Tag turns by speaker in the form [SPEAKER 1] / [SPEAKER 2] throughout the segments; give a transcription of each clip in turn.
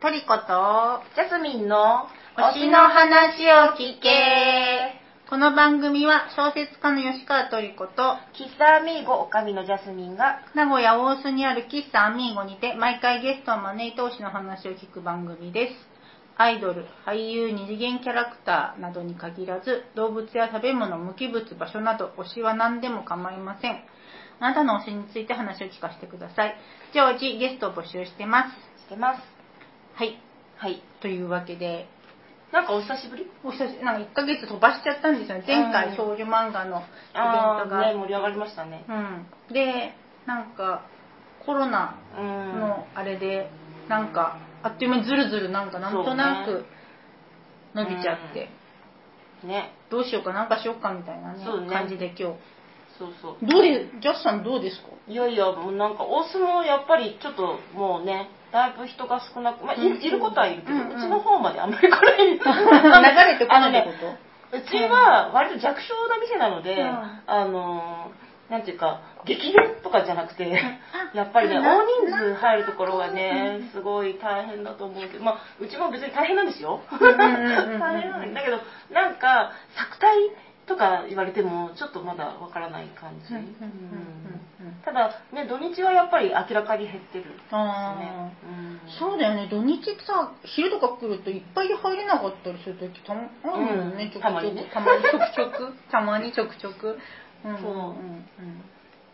[SPEAKER 1] トリコと
[SPEAKER 2] ジャスミンの
[SPEAKER 1] 推しの話を聞けこの番組は小説家の吉川トリコと
[SPEAKER 2] 喫茶アミーゴおかみのジャスミンが
[SPEAKER 1] 名古屋大須にある喫茶アミーゴにて毎回ゲストを招いて推しの話を聞く番組ですアイドル俳優二次元キャラクターなどに限らず動物や食べ物無機物場所など推しは何でも構いませんあなたの推しについて話を聞かせてください常時ゲストを募集してます
[SPEAKER 2] してます。
[SPEAKER 1] はい
[SPEAKER 2] はい。
[SPEAKER 1] というわけで
[SPEAKER 2] なんかお久しぶり
[SPEAKER 1] お久しなんか1ヶ月飛ばしちゃったんですよね前
[SPEAKER 2] うん
[SPEAKER 1] 回少女漫画のイベントが
[SPEAKER 2] あーね、盛り上がりましたね。
[SPEAKER 1] うん、でなんかコロナ
[SPEAKER 2] うん。
[SPEAKER 1] のあれでなんかあっという間にずるずるなんかなんとなく伸びちゃって、
[SPEAKER 2] ね。
[SPEAKER 1] どうしようかなんかしようかみたいな、ね
[SPEAKER 2] そうね
[SPEAKER 1] 感じで今
[SPEAKER 2] そうそう。
[SPEAKER 1] 日どうでジャスさんどうです か
[SPEAKER 2] いやいや、もうなんか、大相撲やっぱりちょっともうね、だいぶ人が少なく、まあ、い
[SPEAKER 1] うん
[SPEAKER 2] いることはいるけど、
[SPEAKER 1] う
[SPEAKER 2] うん
[SPEAKER 1] うん
[SPEAKER 2] ちの方まであんまり来ない
[SPEAKER 1] 流れてこ
[SPEAKER 2] あの
[SPEAKER 1] ないって
[SPEAKER 2] ね
[SPEAKER 1] こ、と、
[SPEAKER 2] うちは割と弱小な店なの
[SPEAKER 1] う
[SPEAKER 2] で、
[SPEAKER 1] ん
[SPEAKER 2] あのー、なんていうか、激変とかじゃなくて、 やっぱりね、
[SPEAKER 1] う
[SPEAKER 2] 大
[SPEAKER 1] ん
[SPEAKER 2] 人数入るところはね、すごい大変だと思うけど、まあ、うちも別に大変なんで すよ。
[SPEAKER 1] うんうんうんうん
[SPEAKER 2] 大変なんだけど、なんか、作体とか言われても、ちょっとまだわからない感じ。
[SPEAKER 1] うんうんうんうんうん
[SPEAKER 2] ただ、ね、土日はやっぱり明らかに減ってるんです
[SPEAKER 1] あ
[SPEAKER 2] ね
[SPEAKER 1] ー。
[SPEAKER 2] うん
[SPEAKER 1] そうだよね土日さ昼とか来るといっぱい入れなかったりするときたまあるよね、
[SPEAKER 2] うん
[SPEAKER 1] ちょくち
[SPEAKER 2] た
[SPEAKER 1] ょ
[SPEAKER 2] まにね
[SPEAKER 1] くたまにちょくちょくたまにちょくちょ くうん
[SPEAKER 2] そう
[SPEAKER 1] うんうん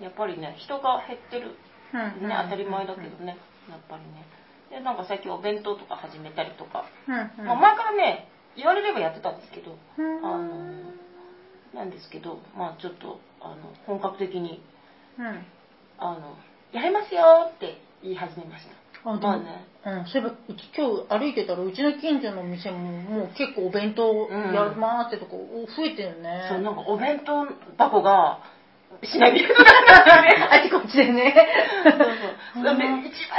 [SPEAKER 2] やっぱりね、人が減ってる。
[SPEAKER 1] うん
[SPEAKER 2] ね、当たり前だけどね、やっぱりね。で、なんか最近お弁当とか始めたりとか、
[SPEAKER 1] うんうん
[SPEAKER 2] まあ前からね、言われればやってたんですけど、
[SPEAKER 1] うん
[SPEAKER 2] あの、なんですけど、まあちょっと、あの、本格的に、
[SPEAKER 1] うん
[SPEAKER 2] あの、やりますよって言い始めました。
[SPEAKER 1] あで
[SPEAKER 2] まあ
[SPEAKER 1] も
[SPEAKER 2] ね、
[SPEAKER 1] うん、そういえばうち今日歩いてたらうちの近所の店ももう結構お弁当やるまーってとこ増えてるね、
[SPEAKER 2] そう、なんかお弁当箱が、品切れ
[SPEAKER 1] あっちこっちでね
[SPEAKER 2] そうそう一番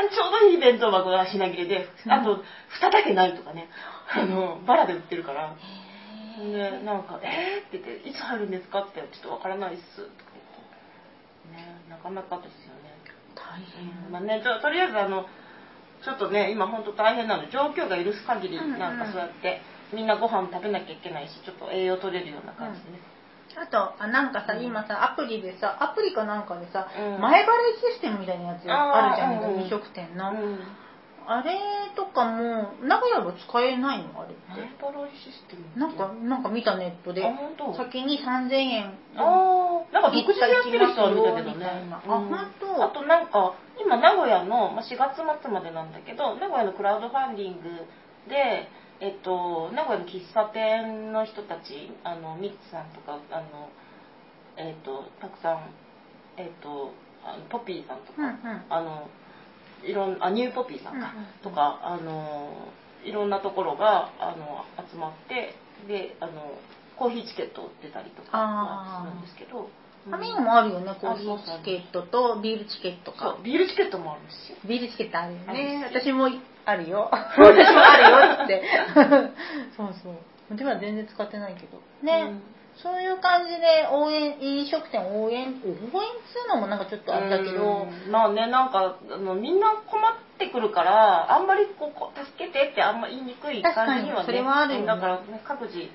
[SPEAKER 2] ちょうどいい弁当箱が品切れで、あと、蓋だけないとかね、あの、バラで売ってるから。で、なんか、えーって言って、いつ入るんですかって、ちょっとわからないっす、とか言って。ね、なかなかですよね。
[SPEAKER 1] 大
[SPEAKER 2] うん
[SPEAKER 1] 変
[SPEAKER 2] まあね、ととりあえずあの、ちょっとね、今本当大変なので、状況が許す限り、
[SPEAKER 1] うんうん
[SPEAKER 2] なんかそうやって、みんなご飯食べなきゃいけないし、ちょっと栄養取れるような感じでね。
[SPEAKER 1] あとあなんかさ今さアプリでさアプリかなんかでさ、
[SPEAKER 2] うん
[SPEAKER 1] 前払いシステムみたいなやつあるじゃないか
[SPEAKER 2] あーうんうん
[SPEAKER 1] 飲食店の、
[SPEAKER 2] うん。
[SPEAKER 1] あれとかも名古屋は使えないのあれっ
[SPEAKER 2] 前払いシステムって
[SPEAKER 1] てなんかなんか見たネットで
[SPEAKER 2] あ、本当。
[SPEAKER 1] 先に3000円
[SPEAKER 2] ああ、なんか独自でやってる人は見たけど
[SPEAKER 1] み
[SPEAKER 2] ね。
[SPEAKER 1] たいなあ
[SPEAKER 2] うん
[SPEAKER 1] 本当
[SPEAKER 2] あとなんか、今名古屋の、まあ、4月末までなんだけど、名古屋のクラウドファンディングで、えっと、名古屋の喫茶店の人たち、あの、ミッツさんとか、あの、えっと、たくさん、えっと、あのポピーさんとか、
[SPEAKER 1] うんうん
[SPEAKER 2] あの、いろんあ、ニューポピーさ
[SPEAKER 1] う
[SPEAKER 2] んか、
[SPEAKER 1] んうん
[SPEAKER 2] とか、あの、いろんなところが、あの、集まって、で、あの、コーヒーチケットを売ってたりとか
[SPEAKER 1] あー
[SPEAKER 2] まあするんですけど、うん
[SPEAKER 1] アミゴもあるよね、コーヒ
[SPEAKER 2] あそう
[SPEAKER 1] ー
[SPEAKER 2] そう
[SPEAKER 1] チケットとビールチケット
[SPEAKER 2] そ
[SPEAKER 1] か
[SPEAKER 2] う。ビールチケットもあるんですよ
[SPEAKER 1] ビールチケットあるよね。
[SPEAKER 2] ある
[SPEAKER 1] 私もあるよ。 私もあるよって。 そうそう。では全然使ってないけど。ね、
[SPEAKER 2] うん
[SPEAKER 1] そういう感じで応援、飲食店応援、応援っていうのもなんかちょっとあったけど、
[SPEAKER 2] うんまあねなんかあのみんな困ってくるからあんまりこうこう助けてってあんま言いにくい感じに
[SPEAKER 1] 確
[SPEAKER 2] はね
[SPEAKER 1] かにそれはあるよね
[SPEAKER 2] だから、ね、各自助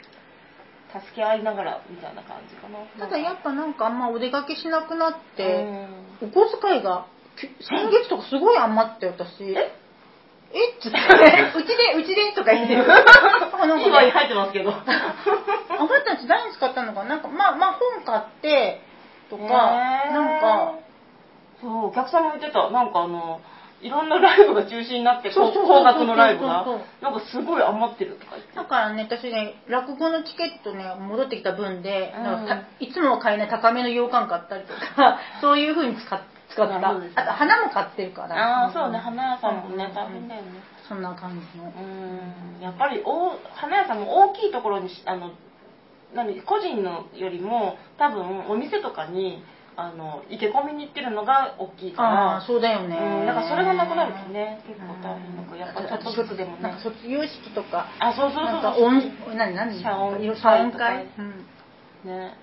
[SPEAKER 2] け合いながらみたいな感じかな
[SPEAKER 1] ただやっぱなんかあんまお出かけしなくなっ
[SPEAKER 2] う
[SPEAKER 1] て、
[SPEAKER 2] ん
[SPEAKER 1] お小遣いが、き先月とかすごい余って私。えっ つって、うちで、うちでとか言って、なんか
[SPEAKER 2] 今入ってま すけど
[SPEAKER 1] あなたたち何使ったのかなんかまあまあ本買ってとか、
[SPEAKER 2] ねえ
[SPEAKER 1] なんか
[SPEAKER 2] そうお客さんも言ってたなんかあのいろんなライブが中止になって
[SPEAKER 1] そ
[SPEAKER 2] こ
[SPEAKER 1] う
[SPEAKER 2] う
[SPEAKER 1] そうそうそう
[SPEAKER 2] 高額のライブが
[SPEAKER 1] そうそう
[SPEAKER 2] なんかすごい余ってるとか言って
[SPEAKER 1] だからね私ね落語のチケットね戻ってきた分で、
[SPEAKER 2] うん
[SPEAKER 1] なんかたいつもは買えない高めの洋館買ったりと かそういう風に使っ使った、
[SPEAKER 2] なるほどですね
[SPEAKER 1] あと花も買ってるから
[SPEAKER 2] ああそうね花屋さんもね
[SPEAKER 1] うん
[SPEAKER 2] 大変だよね
[SPEAKER 1] そんな感じの、
[SPEAKER 2] うんやっぱり大花屋さんも大きいところにしあの何個人のよりも多分お店とかにあの行け込みに行ってるのが大きいか
[SPEAKER 1] あ
[SPEAKER 2] ら
[SPEAKER 1] あそうだよね、
[SPEAKER 2] うん、だからそれがなくなるとね結構大変だからやっぱちょっとずつでも
[SPEAKER 1] なん
[SPEAKER 2] ね
[SPEAKER 1] か卒業式とか
[SPEAKER 2] あそうそう
[SPEAKER 1] なんか
[SPEAKER 2] そう
[SPEAKER 1] 音何何
[SPEAKER 2] 謝恩会とか
[SPEAKER 1] 謝恩会、うん
[SPEAKER 2] ね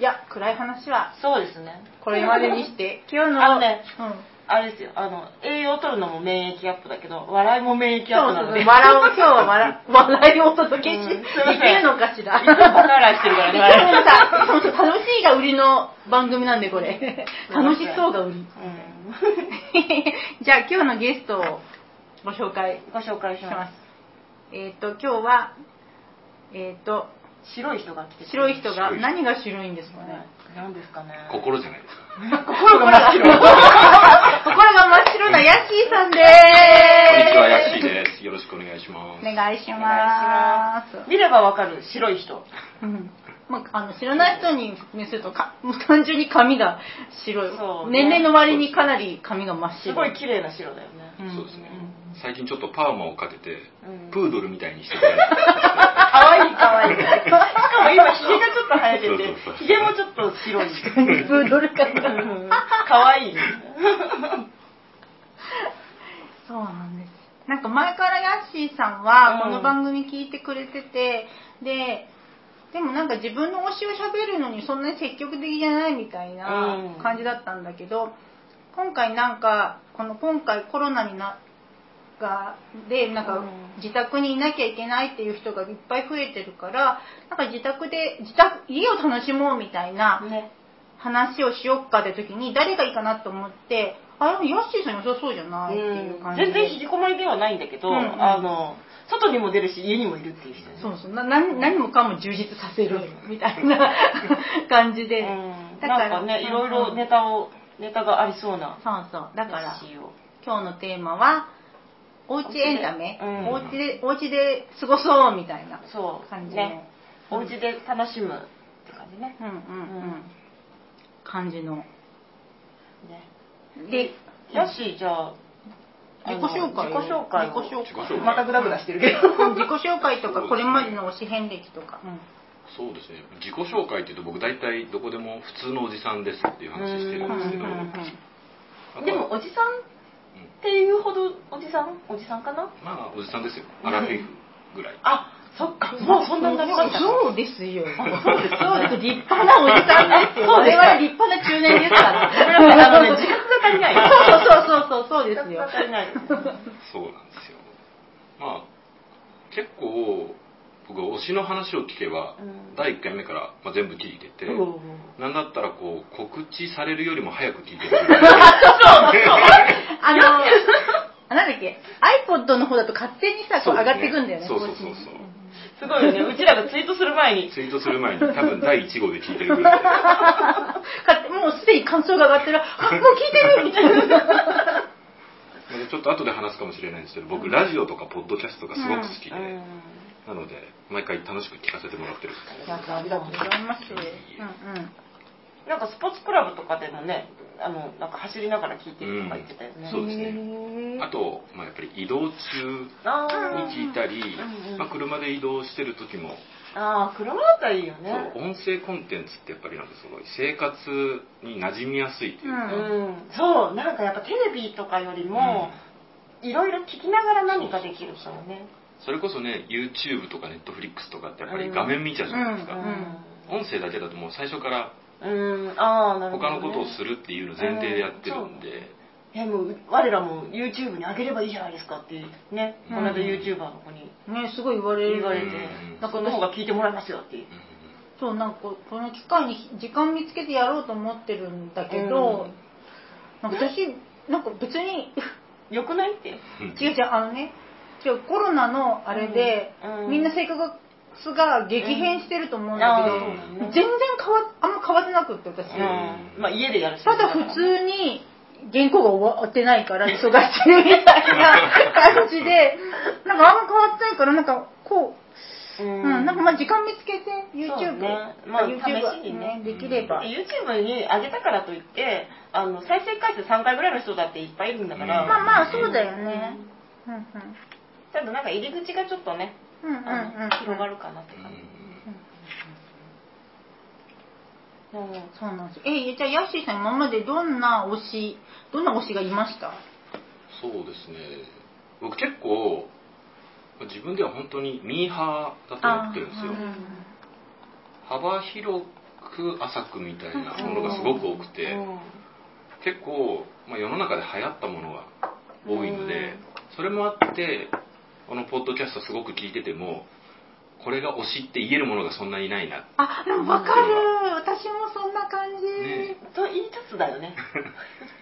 [SPEAKER 1] いや暗い話は
[SPEAKER 2] そうですね
[SPEAKER 1] これまでにして今日の
[SPEAKER 2] あのね
[SPEAKER 1] うん
[SPEAKER 2] あれですよあの栄養を取るのも免疫アップだけど笑い も免疫
[SPEAKER 1] そ
[SPEAKER 2] アッ
[SPEAKER 1] うそうそ
[SPEAKER 2] プなの
[SPEAKER 1] う
[SPEAKER 2] で
[SPEAKER 1] 笑おう、今日は笑笑いをお届けし、
[SPEAKER 2] うん
[SPEAKER 1] できるのかしら。
[SPEAKER 2] いつもバカ笑いしてるからね
[SPEAKER 1] いつもさ、そうそう楽しいが売りの番組なんで、こ れ。 楽しそうが売り。 じゃあ、今日のゲストをご紹介
[SPEAKER 2] うん、ご紹介
[SPEAKER 1] し
[SPEAKER 2] しま
[SPEAKER 1] ますす。えっ、と、今日は、えっ、と、
[SPEAKER 2] 白い人が来て
[SPEAKER 1] 白い人が、
[SPEAKER 3] 白い
[SPEAKER 1] 何が白いんですかね。
[SPEAKER 2] 何ですかね
[SPEAKER 3] 心じゃないですか。
[SPEAKER 1] 心が真っ 白。心が真っ白なヤッシーさんでーす。
[SPEAKER 3] こんにちは、ヤッシー
[SPEAKER 1] す。
[SPEAKER 3] です。よろしくお願いしま
[SPEAKER 1] お
[SPEAKER 3] す。
[SPEAKER 1] 願いし
[SPEAKER 2] お
[SPEAKER 1] ま
[SPEAKER 2] 願いし
[SPEAKER 1] す
[SPEAKER 2] ま。見ればわかる白い人
[SPEAKER 1] うんまあ、あの知らない人に説明するとかもう単純に髪が白い、
[SPEAKER 2] そうね
[SPEAKER 1] 年齢の割にかなり髪が真っ
[SPEAKER 2] すご
[SPEAKER 1] 白
[SPEAKER 2] い綺麗な白だよね、
[SPEAKER 1] ん
[SPEAKER 3] そうですね。最近ちょっとパーマをかけて、
[SPEAKER 2] うん
[SPEAKER 3] プードルみたいにしてくれた。
[SPEAKER 2] かわいいかわいいしかも今ひげがちょっと生えて
[SPEAKER 3] そうそうそう
[SPEAKER 2] てひげもちょっと白い
[SPEAKER 1] プードルか
[SPEAKER 2] うんかわいいね
[SPEAKER 1] そうなんですなんか前からヤッシーさんはこの番組聞いてくれてて、ででもなんか自分の推しを喋るのにそんなに積極的じゃないみたいな
[SPEAKER 2] うん
[SPEAKER 1] 感じだったんだけど、今回なんかこの今回コロナにながでなんか
[SPEAKER 2] うん
[SPEAKER 1] 自宅にいなきゃいけないっていう人がいっぱい増えてるからなんか自宅で自宅家を楽しもうみたいな
[SPEAKER 2] ね
[SPEAKER 1] 話をしよっかって時に誰がいいかなと思ってあでもヨッシーさん良さそうじゃないっていう感じで、
[SPEAKER 2] 全然引きこもりではないんだけど、
[SPEAKER 1] うんうん
[SPEAKER 2] あの外にも出るし家にもいるっていう人ね
[SPEAKER 1] そうそうな何何もかも充実させるみたいな感じで、
[SPEAKER 2] うん
[SPEAKER 1] だから
[SPEAKER 2] なんかねいろ
[SPEAKER 1] う
[SPEAKER 2] い
[SPEAKER 1] ん
[SPEAKER 2] ろネタをネタがありそうな
[SPEAKER 1] そうそうだから
[SPEAKER 2] 話を
[SPEAKER 1] 今日のテーマはおうちエンタメ、
[SPEAKER 2] うん
[SPEAKER 1] おうちでおうちで過ごそうみたいな
[SPEAKER 2] そう
[SPEAKER 1] 感じの、
[SPEAKER 2] ねお家で楽しむって感じね
[SPEAKER 1] うんうんうん、
[SPEAKER 2] うん
[SPEAKER 1] 感じの
[SPEAKER 2] ね
[SPEAKER 1] で
[SPEAKER 2] よしじゃあ
[SPEAKER 1] 自己紹介を
[SPEAKER 2] あの自己紹介を
[SPEAKER 1] 自己紹
[SPEAKER 3] 自己
[SPEAKER 1] 介
[SPEAKER 3] 紹介
[SPEAKER 2] またグダグダしてるけど
[SPEAKER 1] うん自己紹介とかこれまでの推し遍歴とか、
[SPEAKER 3] そうですね。自己紹介って言うと僕大体どこでも普通のおじさんですっていう話してるんですけど、
[SPEAKER 1] うんうんうん
[SPEAKER 3] あとは
[SPEAKER 2] でもおじさんっていうほどおじさんおじさんかな
[SPEAKER 3] まあおじさんですよ。アラフィフぐらい。
[SPEAKER 2] あそっかもうそんなになりましたか
[SPEAKER 1] そうですよ。そう
[SPEAKER 2] です
[SPEAKER 1] です。立派なおじさんですよ。
[SPEAKER 2] そ
[SPEAKER 1] 我
[SPEAKER 2] うです
[SPEAKER 1] 々立派な中年ですから。
[SPEAKER 2] あのね自覚が足り ない
[SPEAKER 1] そうそうそうそうそうです
[SPEAKER 2] 自覚
[SPEAKER 1] よ
[SPEAKER 2] が。足りない
[SPEAKER 3] そうなんですよ。まあ結構僕推しの話を聞けば、
[SPEAKER 2] うん
[SPEAKER 3] 第1回目から、まあ、全部聞いてて、
[SPEAKER 2] うん
[SPEAKER 3] なんだったらこう告知されるよりも早く 聞いてる。
[SPEAKER 1] あの、あなんだっけ、iPod の方だと勝手にさ、こう上がっていくんだよね。
[SPEAKER 3] そうそうそう
[SPEAKER 1] 更新
[SPEAKER 3] そう。
[SPEAKER 2] すごいよねうちらがツイートする前に
[SPEAKER 3] ツイートする前に多分第1号で聞いてるぐ らい
[SPEAKER 1] 勝手もうすでに感想が上がってる。あ、もう聞いてるみたいな。
[SPEAKER 3] で。でちょっと後で話すかもしれないんですけど、僕ラジオとかポッドキャストがすごく好きで、
[SPEAKER 2] うん
[SPEAKER 3] なので毎回楽しく聞かせてもらってる。
[SPEAKER 1] ありがとうございます。うんうん。
[SPEAKER 2] なんかスポーツクラブとかでもね、あのなんか走りながら聞いてるとか言ってたよね。
[SPEAKER 3] そうですね。
[SPEAKER 1] ね
[SPEAKER 3] あと、まあ、やっぱり移動中
[SPEAKER 2] あ
[SPEAKER 3] に聞いたり
[SPEAKER 2] うんうん、
[SPEAKER 3] まあ、車で移動してる時も
[SPEAKER 2] ーあー、車だったらいいよ
[SPEAKER 3] そ
[SPEAKER 2] ね
[SPEAKER 3] う。音声コンテンツってやっぱりなんかすごい生活に馴染みやすいっていう
[SPEAKER 2] う
[SPEAKER 3] か、
[SPEAKER 2] ん、そう、なんかやっぱテレビとかよりも、いろいろ聞きながら何かできるからね。
[SPEAKER 3] それこそね YouTube とか Netflix とかってやっぱり画面見ちゃうじゃないですか、
[SPEAKER 1] うん
[SPEAKER 3] 音声だけだともう最初から
[SPEAKER 2] うん、うん、ああ、なるほど、
[SPEAKER 3] 他
[SPEAKER 2] ね。
[SPEAKER 3] のことをするっていうの前提でやってるんで、
[SPEAKER 2] え、もう、我らも YouTube に上げればいいじゃないですかっていう、ね、
[SPEAKER 3] うん
[SPEAKER 2] この間 YouTuber の子に
[SPEAKER 1] ね、すごい言われる。
[SPEAKER 2] 言われて、
[SPEAKER 3] うん
[SPEAKER 2] なんかその方が聞いてもらえますよっていう。
[SPEAKER 1] そうなんかこの機会に時間見つけてやろうと思ってるんだけど、なんか私なんか別に
[SPEAKER 2] よくないって。
[SPEAKER 3] うんうん
[SPEAKER 1] 違う違うあのね違うコロナのあれで、
[SPEAKER 2] うんうん
[SPEAKER 1] みんな性格が激変してると思うんだけど、
[SPEAKER 3] うんあー
[SPEAKER 2] そうだね
[SPEAKER 1] 全然変わあんま変わってなくって私、
[SPEAKER 3] うん
[SPEAKER 2] うんまあ家でやるし
[SPEAKER 1] ただ普通に原稿が終わってない から忙しいみたいな感じでなんかあんま変わってないからなんかこう
[SPEAKER 2] う、
[SPEAKER 1] うんん、なんかまあ時間見つけて
[SPEAKER 2] そう
[SPEAKER 1] YouTube、
[SPEAKER 2] ねまあ
[SPEAKER 1] YouTube
[SPEAKER 2] 試しにね
[SPEAKER 1] できれば、
[SPEAKER 2] YouTube に上げたからといってあの再生回数3回ぐらいの人だっていっぱいいるんだから、
[SPEAKER 3] うん
[SPEAKER 1] まあまあそうだよね。うんうん
[SPEAKER 2] ちょっとなんか入り口がちょっとね、
[SPEAKER 1] うんうん
[SPEAKER 2] あ
[SPEAKER 1] うん
[SPEAKER 2] の広がるかなって
[SPEAKER 3] うん
[SPEAKER 2] 感
[SPEAKER 1] うん
[SPEAKER 2] じ、
[SPEAKER 1] そ
[SPEAKER 2] うん
[SPEAKER 1] うなんですよ。えじゃあヤッシーさん今までどんな推しどんな推しがいました？
[SPEAKER 3] そうですね僕結構自分では本当にミーハーだと思ってるんですよ、
[SPEAKER 1] あーうん
[SPEAKER 3] 幅広く浅くみたいなものがすごく多くて、
[SPEAKER 2] うん
[SPEAKER 3] 結構まあ、世の中で流行ったものが多いので、
[SPEAKER 2] うん
[SPEAKER 3] それもあってこのポッドキャストすごく聞いててもこれが推しって言えるものがそんなにないな、
[SPEAKER 1] あでも分かる私もそんな感じ、
[SPEAKER 3] ね
[SPEAKER 2] と言いつつだよね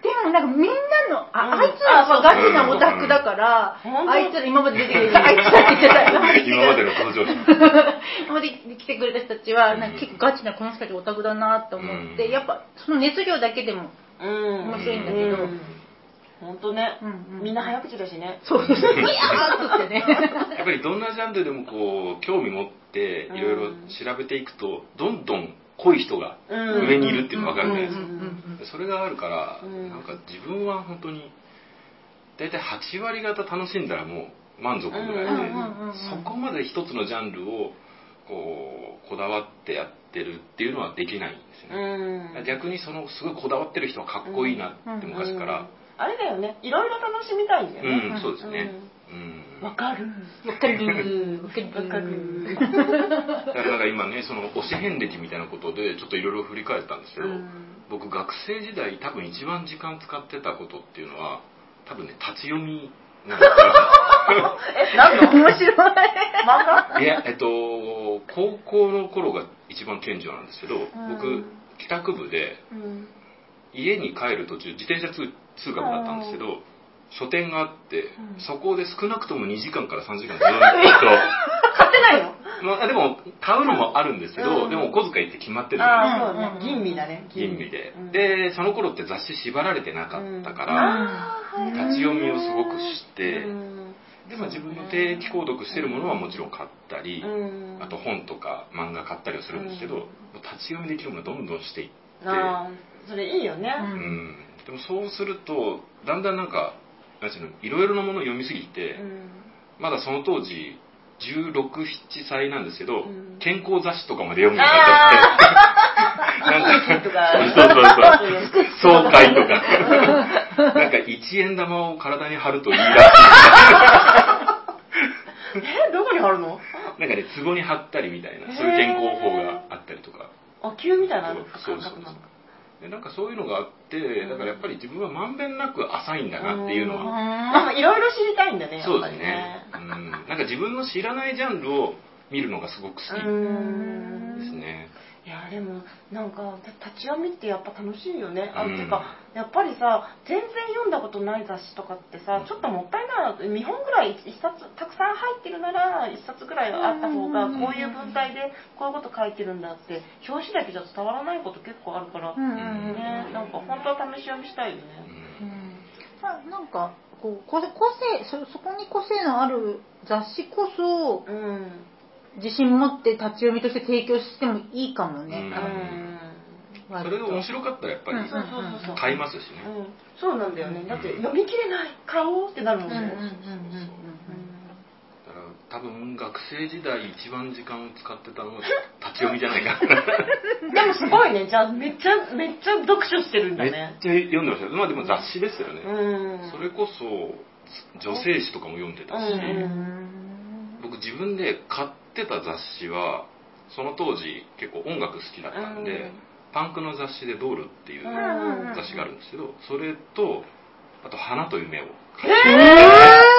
[SPEAKER 1] でもなんかみんなのあ,、
[SPEAKER 2] うん
[SPEAKER 1] あいつらはガチなオタクだから、
[SPEAKER 2] うん
[SPEAKER 1] あいつら今まで出てくれたあいつらって言ってたよ
[SPEAKER 3] 今までの登場者
[SPEAKER 1] 今まで来てくれた人たちはなんか結構ガチなこの人たちオタクだなと思って、
[SPEAKER 3] うん
[SPEAKER 1] やっぱその熱量だけでも
[SPEAKER 2] うん
[SPEAKER 1] 面
[SPEAKER 2] 本
[SPEAKER 1] 白いんだけど、
[SPEAKER 2] うん当ね、
[SPEAKER 1] うんうん
[SPEAKER 2] みんな早口だしね
[SPEAKER 1] そうそうそういやーっつってね
[SPEAKER 3] やっぱりどんなジャンルでもこう興味持っていろいろ調べていくとどんどん濃い人が
[SPEAKER 2] うん
[SPEAKER 3] 上にいるっていうの分かるじゃないです
[SPEAKER 1] う
[SPEAKER 3] か
[SPEAKER 1] んうんうん
[SPEAKER 3] それがあるから、
[SPEAKER 2] うん
[SPEAKER 3] なんか自分は本当に大体8割方楽しんだらもう満足ぐらいで、
[SPEAKER 1] うんうんうんうん
[SPEAKER 3] そこまで一つのジャンルをこうこだわってやってるっていうのはできないんですよね、
[SPEAKER 2] うん
[SPEAKER 3] 逆にそのすごいこだわってる人はかっこいいなって昔から
[SPEAKER 2] あれだよねいろいろ楽しみたいんだよ
[SPEAKER 3] うん、
[SPEAKER 2] ね
[SPEAKER 1] うん
[SPEAKER 3] そうですねうん、
[SPEAKER 2] わかる
[SPEAKER 1] わかるわかる
[SPEAKER 2] わかる
[SPEAKER 3] だからなんか今ねその推し遍歴みたいなことでちょっといろいろ振り返ったんですけど、
[SPEAKER 2] うん
[SPEAKER 3] 僕学生時代多分一番時間使ってたことっていうのは多分ね立ち読み なんですよ
[SPEAKER 2] え何の
[SPEAKER 1] 面白い
[SPEAKER 2] 漫画
[SPEAKER 3] いや、えっと、高校の頃が一番顕著なんですけど、
[SPEAKER 2] うん
[SPEAKER 3] 僕、帰宅部で、
[SPEAKER 2] うん
[SPEAKER 3] 家に帰る途中、自転車通通学だったんですけど、書店があって、
[SPEAKER 2] ん
[SPEAKER 3] そこで少なくとも2時間から3時間 ずー
[SPEAKER 2] 買ってないよ
[SPEAKER 3] っと、まあ、でも、買うのもあるんですけど、
[SPEAKER 2] うん
[SPEAKER 3] でもお小遣いって決まってるじゃない
[SPEAKER 2] ああそうね
[SPEAKER 1] うん
[SPEAKER 2] 吟味だね
[SPEAKER 3] ですか、銀味で
[SPEAKER 2] うん。
[SPEAKER 3] で、その頃って雑誌縛られてなかったから、
[SPEAKER 2] ああはい
[SPEAKER 3] 立ち読みをすごく知って
[SPEAKER 2] うん
[SPEAKER 3] で、まあ自分の定期購読してるものはもちろん買ったり、
[SPEAKER 2] うん
[SPEAKER 3] あと本とか漫画買ったりはするんですけど、
[SPEAKER 2] うん
[SPEAKER 3] もう立ち読みできるものどんどんしていって、
[SPEAKER 2] ああそれいいよね
[SPEAKER 1] う
[SPEAKER 3] うんん、でもそうするとだんだんなんかなんていうのいろいろなものを読みすぎて、まだその当時167歳なんですけど、
[SPEAKER 2] うん
[SPEAKER 3] 健康雑誌とかまで読むようになっちゃ って
[SPEAKER 2] と
[SPEAKER 3] なん
[SPEAKER 2] か
[SPEAKER 3] か
[SPEAKER 2] そう
[SPEAKER 3] そう
[SPEAKER 2] いう
[SPEAKER 3] そうそう爽快 とかなんか一円玉を体に貼るといいらしい
[SPEAKER 2] えどこに貼るの
[SPEAKER 3] なんかね壺に貼ったりみたいなそういう健康法があったりとか
[SPEAKER 2] あ球みたいなの
[SPEAKER 3] そうそうそう
[SPEAKER 2] 感覚なのか
[SPEAKER 3] でなんかそういうのがあってだからやっぱり自分はまんべんなく浅いんだなっていうのは、
[SPEAKER 2] まあいろいろ知りたいんだねやっ
[SPEAKER 3] そう
[SPEAKER 2] ぱ
[SPEAKER 3] です
[SPEAKER 2] り
[SPEAKER 3] ね、うん、なんか自分の知らないジャンルを見るのがすごく好き
[SPEAKER 2] う
[SPEAKER 3] で
[SPEAKER 2] ん
[SPEAKER 3] すね、
[SPEAKER 2] いやでもなんかた立ち読みってやっぱ楽しいよねあ、
[SPEAKER 3] うん
[SPEAKER 2] てかやっぱりさ全然読んだことない雑誌とかってさちょっともったいないなって見本ぐらい一冊たくさん入ってるなら一冊ぐらいあった方が
[SPEAKER 1] うん
[SPEAKER 2] こういう文体でこういうこと書いてるんだって表紙だけじゃ伝わらないこと結構あるから、
[SPEAKER 1] うんうんうん
[SPEAKER 2] ねなんか本当は試し読みしたいよね
[SPEAKER 3] う
[SPEAKER 1] うんんまあなんかこう個個性そそこに個性のある雑誌こそ
[SPEAKER 2] うん、
[SPEAKER 1] 自信持って立ち読みとして提供してもいいかもね
[SPEAKER 3] う、ん
[SPEAKER 1] あの
[SPEAKER 3] それが面
[SPEAKER 1] 割と
[SPEAKER 3] 白かったらやっぱり
[SPEAKER 1] うん
[SPEAKER 2] そうそうそうそう
[SPEAKER 3] 買いますしね、
[SPEAKER 2] うん、そうなんだよねだって
[SPEAKER 3] うん
[SPEAKER 2] 読み切れない買おうってなるもん
[SPEAKER 1] うんうんうん
[SPEAKER 2] ね、
[SPEAKER 1] うんうん
[SPEAKER 3] だから多分学生時代一番時間を使ってたのは立ち読みじゃないかな
[SPEAKER 2] うんでもすごいねじゃあめっちゃめっちゃ読書してるんだ
[SPEAKER 3] めっ
[SPEAKER 2] ね
[SPEAKER 3] ちゃ読んでましたまあでも雑誌ですよね、
[SPEAKER 2] うん
[SPEAKER 3] それこそ女性誌とかも読んでたし、
[SPEAKER 2] うんうん
[SPEAKER 3] 僕自分で買ってた雑誌はその当時結構音楽好きだったんで、
[SPEAKER 2] うん
[SPEAKER 3] パンクの雑誌で「ドール」っていう
[SPEAKER 2] う
[SPEAKER 3] 雑
[SPEAKER 2] ん
[SPEAKER 1] うん
[SPEAKER 3] 誌があるんですけどそれとあと「花と夢」を買っ
[SPEAKER 1] え
[SPEAKER 2] え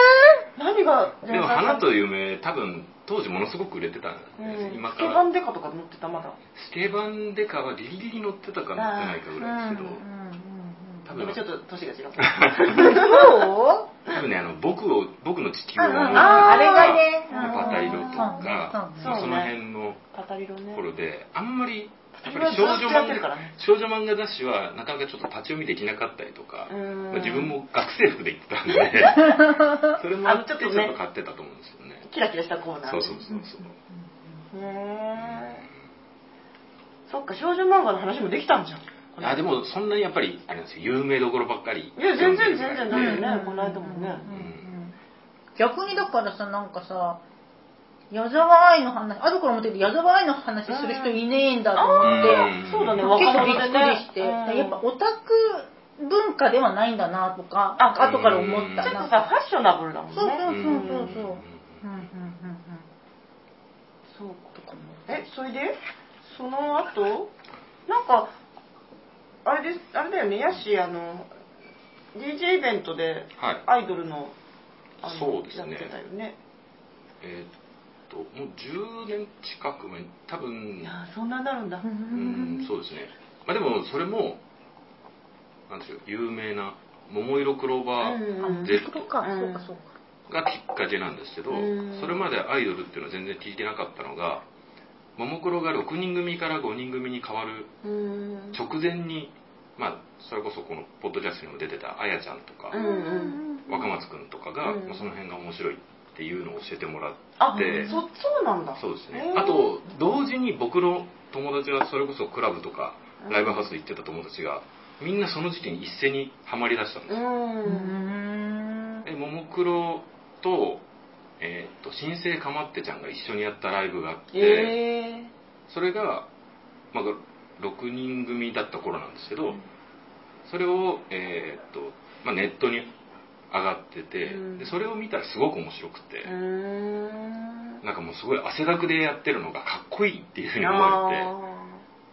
[SPEAKER 2] 何が
[SPEAKER 3] てでも「花と夢」多分当時ものすごく売れてたん
[SPEAKER 2] う
[SPEAKER 3] です、
[SPEAKER 2] ん
[SPEAKER 3] 今
[SPEAKER 2] ス
[SPEAKER 3] か
[SPEAKER 2] ケバ
[SPEAKER 3] ら
[SPEAKER 2] ンデカとか乗ってたまだ
[SPEAKER 3] スケバンデカはギリギリ乗ってたか乗ってないかぐらいですけど、多
[SPEAKER 2] で
[SPEAKER 3] 分
[SPEAKER 2] もちょっと年が違う
[SPEAKER 1] そう
[SPEAKER 3] 多分ねあの僕を僕の地球を
[SPEAKER 1] うんうん
[SPEAKER 3] 思う
[SPEAKER 1] あ
[SPEAKER 2] ーあれが
[SPEAKER 1] ね
[SPEAKER 3] やっぱ大量とか
[SPEAKER 1] うん
[SPEAKER 3] まあ
[SPEAKER 2] そ
[SPEAKER 3] そう
[SPEAKER 2] ね
[SPEAKER 3] の辺の
[SPEAKER 2] パタリロね
[SPEAKER 3] 頃であんまりやっぱ
[SPEAKER 2] パタ
[SPEAKER 3] り
[SPEAKER 2] リ
[SPEAKER 3] 少
[SPEAKER 2] ロはず
[SPEAKER 3] 女
[SPEAKER 2] っとやっ
[SPEAKER 3] 漫
[SPEAKER 2] てるか
[SPEAKER 3] 画
[SPEAKER 2] らね
[SPEAKER 3] 少女漫画雑誌はなかなかちょっと立ち読みできなかったりとか、
[SPEAKER 2] うん
[SPEAKER 3] まあ自分も学生服で行ってたん でそれもあって
[SPEAKER 2] あの
[SPEAKER 3] ち
[SPEAKER 2] ちょ
[SPEAKER 3] ょ
[SPEAKER 2] っ
[SPEAKER 3] っ
[SPEAKER 2] とね
[SPEAKER 3] と買ってたと思うんですよね
[SPEAKER 2] キラキラしたコーナー
[SPEAKER 3] そうそうそうそう
[SPEAKER 2] へえそっか少女漫画の話もできたんじゃんこれ
[SPEAKER 3] あでもそんなにやっぱりあれなんですよ有名どころばっかり
[SPEAKER 2] いや全然全
[SPEAKER 3] 読
[SPEAKER 2] 然
[SPEAKER 3] んでる
[SPEAKER 2] だ
[SPEAKER 3] ぐらい
[SPEAKER 2] よ
[SPEAKER 3] で
[SPEAKER 2] ねこの間もね
[SPEAKER 1] うんうん逆にだからさなんかさ矢沢愛の話後から思ってるけど矢沢愛の話する人いねえんだと思って、
[SPEAKER 3] うん
[SPEAKER 2] そうだね
[SPEAKER 1] 結
[SPEAKER 2] 若
[SPEAKER 1] 構
[SPEAKER 2] 者
[SPEAKER 1] びっ
[SPEAKER 2] で
[SPEAKER 1] く
[SPEAKER 2] ね
[SPEAKER 1] りして、やっぱオタク文化ではないんだなとか
[SPEAKER 2] あ
[SPEAKER 1] 後から思った
[SPEAKER 2] ちょっと
[SPEAKER 1] な
[SPEAKER 2] さファッショナブルだもんね
[SPEAKER 1] そうそう
[SPEAKER 3] うん
[SPEAKER 1] そうそうそううんうんうん
[SPEAKER 2] そうか
[SPEAKER 1] うんとかも
[SPEAKER 2] えそれでその後なんかあれですあれだよねやしあの DJ イベントで
[SPEAKER 3] は
[SPEAKER 2] ア
[SPEAKER 3] い
[SPEAKER 2] イドルのあの
[SPEAKER 3] そうですね
[SPEAKER 2] やってたよね
[SPEAKER 3] えーっともう10年近く前多分
[SPEAKER 2] いやーそんなになるんだ
[SPEAKER 3] うんそうですねまあでもそれもなんでしょう有名な「桃色クローバー
[SPEAKER 1] あ
[SPEAKER 2] うん
[SPEAKER 1] 本当か、
[SPEAKER 2] うん
[SPEAKER 1] そうかそうか」
[SPEAKER 3] がきっかけなんですけど、
[SPEAKER 2] うん
[SPEAKER 3] それまでアイドルっていうのは全然聞いてなかったのがももクロが6人組から5人組に変わる
[SPEAKER 2] うん
[SPEAKER 3] 直前に、まあ、それこそこのポッドキャストにも出てたあやちゃんとか、
[SPEAKER 2] うん
[SPEAKER 3] 若松くんとかが、
[SPEAKER 2] うん
[SPEAKER 3] まあその辺が面白いっていうのを教えてもらって
[SPEAKER 2] あ
[SPEAKER 3] で
[SPEAKER 2] そそうなんだ
[SPEAKER 3] そうです
[SPEAKER 2] へ
[SPEAKER 3] ね
[SPEAKER 2] ー
[SPEAKER 3] あと同時に僕の友達はそれこそクラブとか
[SPEAKER 2] うん
[SPEAKER 3] ライブハウス行ってた友達がみんなその時期に一斉にハマりだしたんで
[SPEAKER 2] う
[SPEAKER 3] すよ
[SPEAKER 1] うんん
[SPEAKER 3] でももクロと,、えーっと新生かまってちゃんが一緒にやったライブがあって、
[SPEAKER 2] ええ
[SPEAKER 3] それが、まあ、6人組だった頃なんですけど、
[SPEAKER 2] ん
[SPEAKER 3] それを、えーっとまあ、ネットに上がってて、
[SPEAKER 2] うん
[SPEAKER 3] でそれを見たらすごく面白く
[SPEAKER 2] う
[SPEAKER 3] て、
[SPEAKER 2] ん
[SPEAKER 3] なんかもうすごい汗だくでやってるのがかっこいいっていうふうに思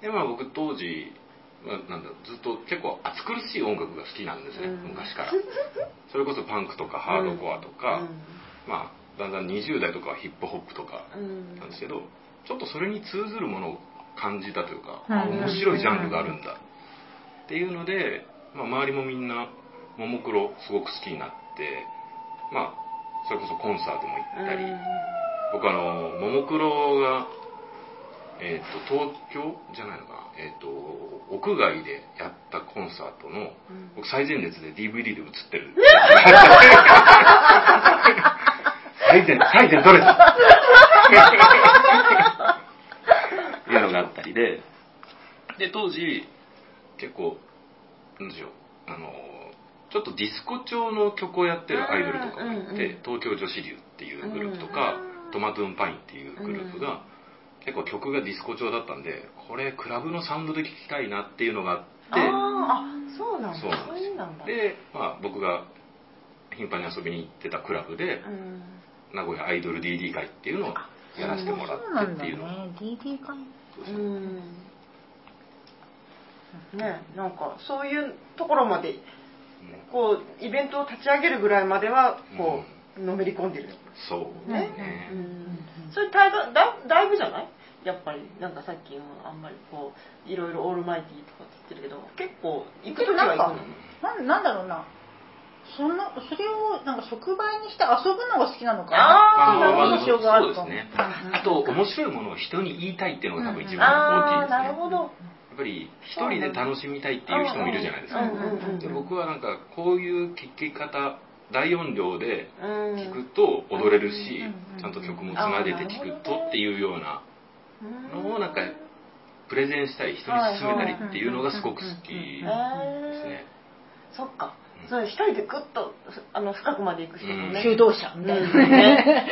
[SPEAKER 3] えて。
[SPEAKER 2] あ
[SPEAKER 3] でまあ僕当時、まあ、なんだずっと結構暑苦しい音楽が好きなんですね、
[SPEAKER 2] うん
[SPEAKER 3] 昔からそれこそパンクとかハードコアと
[SPEAKER 2] ー
[SPEAKER 3] か、まあだんだん20代とかはヒップホップとか
[SPEAKER 2] うん
[SPEAKER 3] なんですけどちょっとそれに通ずるものを感じたというか、
[SPEAKER 1] うん
[SPEAKER 3] あ面白いジャンルがあるんだっていうので、まあ、周りもみんなももクロすごく好きになってまあそれこそコンサートも行ったり、僕あのももクロがえっ、と東京じゃないのかなえっ、と屋外でやったコンサートの
[SPEAKER 2] うん
[SPEAKER 3] 僕最前列で DVD で映って る最前最前どれだっていうのがあったりでで当時結構なんでしょうあのちょっとディスコ調の曲をやってるアイドルとかもいて、
[SPEAKER 2] うんうんうん
[SPEAKER 3] 東京女子流っていうグループとか、トマトゥーンパインっていうグループが、結構曲がディスコ調だったんでこれクラブのサウンドで聴きたいなっていうのがあっ
[SPEAKER 2] あーあそうなんだ
[SPEAKER 3] そうなんです
[SPEAKER 2] そういうなんだ
[SPEAKER 3] てで、まあ、僕が頻繁に遊びに行ってたクラブで
[SPEAKER 2] うん
[SPEAKER 3] 名古屋アイドル DD 会っていうのをやらせてもら
[SPEAKER 1] そうな
[SPEAKER 3] って
[SPEAKER 1] ん
[SPEAKER 3] っ
[SPEAKER 1] だね
[SPEAKER 3] ていうのを
[SPEAKER 1] DD 会
[SPEAKER 3] そう
[SPEAKER 2] う
[SPEAKER 3] ですね
[SPEAKER 2] んねなんかそういうところまで
[SPEAKER 3] うん
[SPEAKER 2] こうイベントを立ち上げるぐらいまではこう、のめり込んでる、
[SPEAKER 3] そうですね
[SPEAKER 2] う、ん、それだいぶだだいぶじゃないやっぱりなんかさっきもあんまりこういろいろオールマイティーとかって言ってるけど結構行く時は行くの
[SPEAKER 1] なんなんだろうなそのそれをなんか触媒にして遊ぶのが好きなのか
[SPEAKER 2] あ
[SPEAKER 1] な
[SPEAKER 2] ー
[SPEAKER 1] っていう印象
[SPEAKER 2] なる
[SPEAKER 1] があるか
[SPEAKER 3] そう
[SPEAKER 1] も、
[SPEAKER 3] ですね
[SPEAKER 2] うん
[SPEAKER 3] あと面白いものを人に言いたいっていうのが多分一
[SPEAKER 2] あ
[SPEAKER 3] 番大きい
[SPEAKER 2] あな
[SPEAKER 3] ですね
[SPEAKER 2] るほど
[SPEAKER 3] やっぱり一人で楽しみたいっていう人もいるじゃないですか、
[SPEAKER 2] うんうんうんうん
[SPEAKER 3] で僕はなんかこういう聴き方大音量で
[SPEAKER 2] うん
[SPEAKER 3] 聴くと踊れるし、
[SPEAKER 1] うん
[SPEAKER 3] ちゃんと曲もつなげて聴くとっていうようなのをなんかプレゼンしたり人に勧めたりっていうのがすごく好き
[SPEAKER 2] へ
[SPEAKER 3] で
[SPEAKER 2] ー
[SPEAKER 3] すね
[SPEAKER 2] そっか
[SPEAKER 3] うん
[SPEAKER 2] そう一人でグッとあの深くまで行く人もね、
[SPEAKER 1] 修道者みたいな
[SPEAKER 2] ね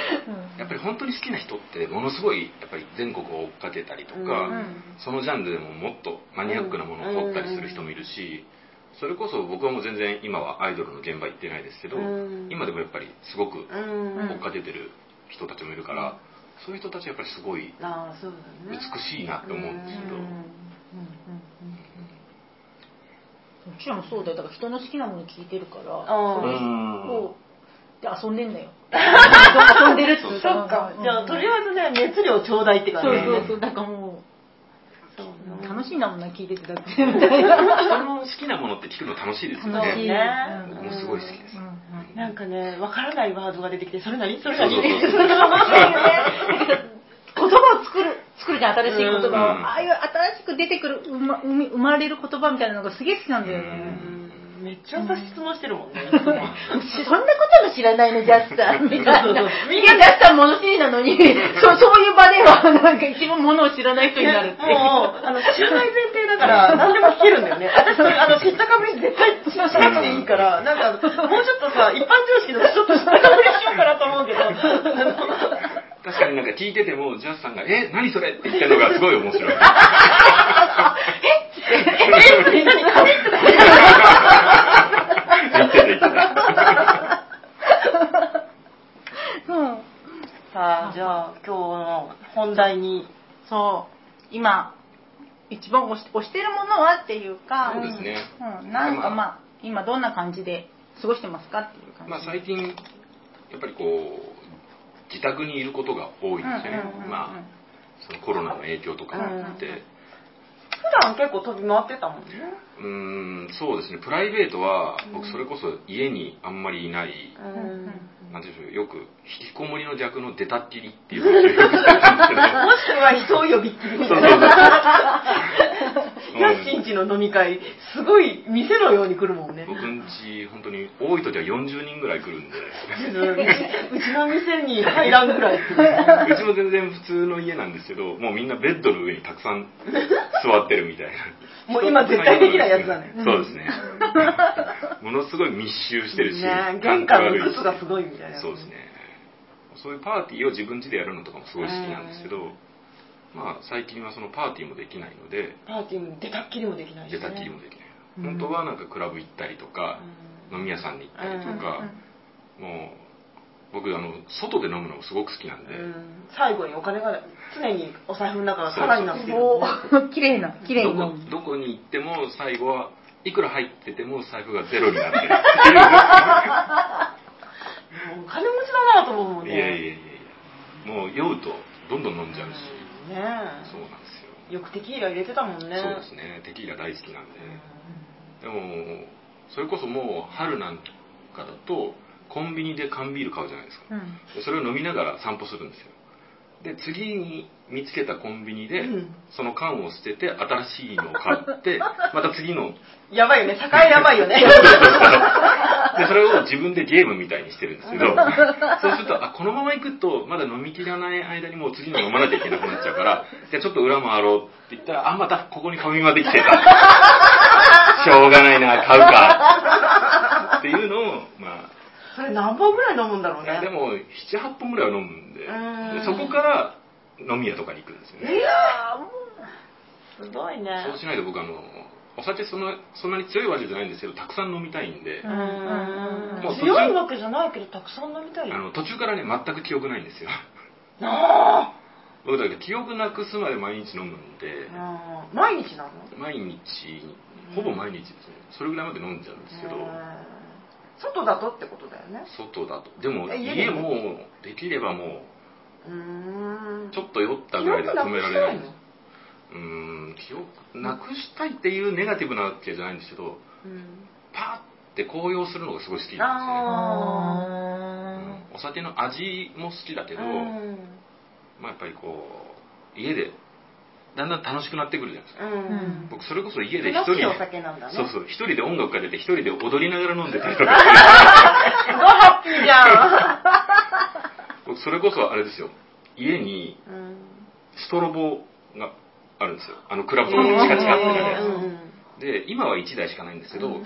[SPEAKER 3] やっぱり本当に好きな人ってものすごいやっぱり全国を追っかけたりとか、
[SPEAKER 2] うん
[SPEAKER 3] そのジャンルでももっとマニアックなものを撮ったりする人もいるし、それこそ僕はもう全然今はアイドルの現場行ってないですけど、
[SPEAKER 2] うん
[SPEAKER 3] 今でもやっぱりすごく
[SPEAKER 2] うん
[SPEAKER 3] 追っかけてる人たちもいるから、そういう人たちはやっぱりすごい
[SPEAKER 2] ああそうだ
[SPEAKER 3] 美
[SPEAKER 2] ね
[SPEAKER 3] しいなって思うんですけど、
[SPEAKER 2] うん
[SPEAKER 1] うちらもそうだよだから人の好きなもの聞いてるから
[SPEAKER 2] あー
[SPEAKER 1] それ
[SPEAKER 3] うん
[SPEAKER 1] をで遊んでんだよ遊んでるって
[SPEAKER 2] そっかじゃあとりあえずね熱量ちょうだいって
[SPEAKER 1] え
[SPEAKER 2] 感じ
[SPEAKER 1] そうそうそう
[SPEAKER 2] だよね
[SPEAKER 1] なんかも
[SPEAKER 2] そう
[SPEAKER 1] う
[SPEAKER 2] ね
[SPEAKER 1] 楽しいんだもんな聞いててだってみたいな
[SPEAKER 3] 人の好きなものって聞くの楽しいですよ
[SPEAKER 1] 楽しい
[SPEAKER 3] ね
[SPEAKER 2] ね
[SPEAKER 1] うん
[SPEAKER 3] 僕もすごい好きです、
[SPEAKER 2] なんかね、わからないワードが出てきて、それ何それ
[SPEAKER 3] そう
[SPEAKER 2] 何
[SPEAKER 3] そうそう
[SPEAKER 2] う
[SPEAKER 1] 言葉を作る作るじゃん新しい言葉を、
[SPEAKER 3] うん
[SPEAKER 1] ああいう新しく出てくる生ま生み生まれる言葉みたいなのがすげえ好きなんだよね、
[SPEAKER 2] ん めっちゃ私質問してるもん ね。
[SPEAKER 1] し そんなことも知らないのジャスさんみたいな
[SPEAKER 2] そうそう
[SPEAKER 1] みんなジャスさん物知りなのに そそういう場ではなんか一番物を知らない人になるっていう
[SPEAKER 2] もう、あの、知らない前提だから、何でも聞けるんだよね。私、それ、あの、知ったかぶり絶対しなくていいから、なんか、もうちょっとさ、一般常識のちょっと知ったかぶりしようかなと思うけど、
[SPEAKER 3] 確かになんか聞いててもジャスさんが「え何それ?」って言ってるのがすごい面白い
[SPEAKER 2] え、何、何
[SPEAKER 3] 言ってた言ってた
[SPEAKER 1] うん
[SPEAKER 2] さあ、じゃあ、今日の本題に、
[SPEAKER 1] そう今一番推し推してるものはっていうか
[SPEAKER 3] そうですね
[SPEAKER 1] うん、なんかまあ今どんな感じで過ごしてますかっていう感じ、
[SPEAKER 3] まあ、最近やっぱりこう自宅にいることが多いんですよね、
[SPEAKER 1] うんうんうんうん
[SPEAKER 3] まあそのコロナの影響とかもあって
[SPEAKER 2] 普段結構飛び回ってたもんね
[SPEAKER 3] うーんそうですねプライベートは
[SPEAKER 2] う
[SPEAKER 3] 僕
[SPEAKER 2] ん
[SPEAKER 3] それこそ家にあんまりいない、
[SPEAKER 2] う
[SPEAKER 1] うんうん
[SPEAKER 2] ん
[SPEAKER 3] なんていうんでしょうよく引きこもりの逆の出たっきりっていう話をよくしてるんですけ
[SPEAKER 2] もしくは人を呼びっきりみたい
[SPEAKER 3] どそうそうそう
[SPEAKER 2] なヤッシンちの飲み会すごい店のように来るもんね
[SPEAKER 3] 僕んち本当に多い時は40人ぐらい来るんで
[SPEAKER 2] うちの店に入らんぐらい。
[SPEAKER 3] うちも全然普通の家なんですけどもうみんなベッドの上にたくさん座ってるみたいな
[SPEAKER 2] もう今絶対的なやつだね
[SPEAKER 3] そうです ねものすごい密集してるし、
[SPEAKER 2] ね玄関の靴がすごいみたいな。
[SPEAKER 3] そうですねそういうパーティーを自分家でやるのとかもすごい好きなんですけど、
[SPEAKER 2] うん
[SPEAKER 3] まあ最近はそのパーティーもできないので
[SPEAKER 2] パーティーも出たっきりもできないし、
[SPEAKER 3] 出
[SPEAKER 2] ね。
[SPEAKER 3] たっきりもでき
[SPEAKER 1] うん
[SPEAKER 3] ない、本当はなんかクラブ行ったりとか、飲み屋さんに行ったりとか、もう僕あの外で飲むのがすごく好きなん
[SPEAKER 2] う
[SPEAKER 3] で、
[SPEAKER 2] ん。最後にお金が常にお財布の中が空になってる。
[SPEAKER 1] うんおー 綺麗な綺麗
[SPEAKER 3] ど
[SPEAKER 1] な
[SPEAKER 3] こどこに行っても最後はいくら入ってても財布がゼロになってるっ
[SPEAKER 2] もうお金持ちだなと思うもん
[SPEAKER 3] て
[SPEAKER 2] ね。
[SPEAKER 3] いういやいやいやいやもう酔うとどんどん飲んじゃうし、
[SPEAKER 2] うんね
[SPEAKER 3] そうなんです
[SPEAKER 2] よ
[SPEAKER 3] よ
[SPEAKER 2] くテキーラ入れてたもんね。
[SPEAKER 3] そうですねテキーラ大好きなんで、でもそれこそもう春なんかだとコンビニで缶ビール買うじゃないですか
[SPEAKER 1] うん
[SPEAKER 3] でそれを飲みながら散歩するんですよで次に見つけたコンビニで、
[SPEAKER 2] うん
[SPEAKER 3] その缶を捨てて新しいのを買ってまた次の
[SPEAKER 2] うんやばいよね。境やばいよね。
[SPEAKER 3] でそれを自分でゲームみたいにしてるんですけどそうするとあこのまま行くとまだ飲みきらない間にもう次の飲まなきゃいけなくなっちゃうからじゃあちょっと裏回ろうって言ったらあまたここに紙まで 来てたしょうがないな買うかっていうのをま
[SPEAKER 2] それ何本ぐらい飲むんだろ
[SPEAKER 3] あ
[SPEAKER 2] う
[SPEAKER 3] い
[SPEAKER 2] ね。
[SPEAKER 3] やでも78本ぐらいは飲むんで
[SPEAKER 2] うん
[SPEAKER 3] でそこから飲み屋とかに行くんですよ
[SPEAKER 2] い
[SPEAKER 3] ね
[SPEAKER 2] やーもう、すごいね。
[SPEAKER 3] そうしないと僕あのお酒そんなそんなに強いわけじゃないんですけどたくさん飲みたいんで、
[SPEAKER 1] うん
[SPEAKER 3] もう途中
[SPEAKER 2] 強いわけじゃないけどたくさん飲みたい
[SPEAKER 3] あ
[SPEAKER 2] よ
[SPEAKER 3] の途中からね全く記憶ないんですよ
[SPEAKER 2] なあ
[SPEAKER 3] 僕だから記憶なくすまで毎日飲むんで、
[SPEAKER 2] うん毎日なの
[SPEAKER 3] 毎日ほぼ毎日ですねそれぐらいまで飲んじゃうんですけど、
[SPEAKER 2] うん外だとってことだよね
[SPEAKER 3] 外だとでも
[SPEAKER 2] え家で
[SPEAKER 3] 家もできればも
[SPEAKER 2] うーん
[SPEAKER 3] うちょっと酔ったぐらいでは止められないですうーん記憶なくしたいっていうネガティブなわけじゃないんですけど
[SPEAKER 2] うん
[SPEAKER 3] パーって高揚するのがすごい好きなんですね、
[SPEAKER 2] あ
[SPEAKER 3] うんお酒の味も好きだけ
[SPEAKER 2] ー
[SPEAKER 3] ど、
[SPEAKER 2] うん
[SPEAKER 3] まあ、やっぱりこう家でだんだん楽しくなってくるじゃないです
[SPEAKER 2] う
[SPEAKER 3] か
[SPEAKER 2] ん
[SPEAKER 3] 僕それこそ家で一
[SPEAKER 2] 楽
[SPEAKER 3] 人
[SPEAKER 2] しいお酒なんだね
[SPEAKER 3] そう
[SPEAKER 2] う
[SPEAKER 3] そう、一人で音楽が出て、一人で踊りながら飲んでたりとか、
[SPEAKER 2] すごいハッピーじゃ
[SPEAKER 3] 僕それこそあれですよ、家に
[SPEAKER 2] んうん
[SPEAKER 3] ストロボがあるんですよ。あのクラブのチカチカって
[SPEAKER 1] う
[SPEAKER 3] ね
[SPEAKER 1] ん。
[SPEAKER 3] で、今は1台しかないんですけど、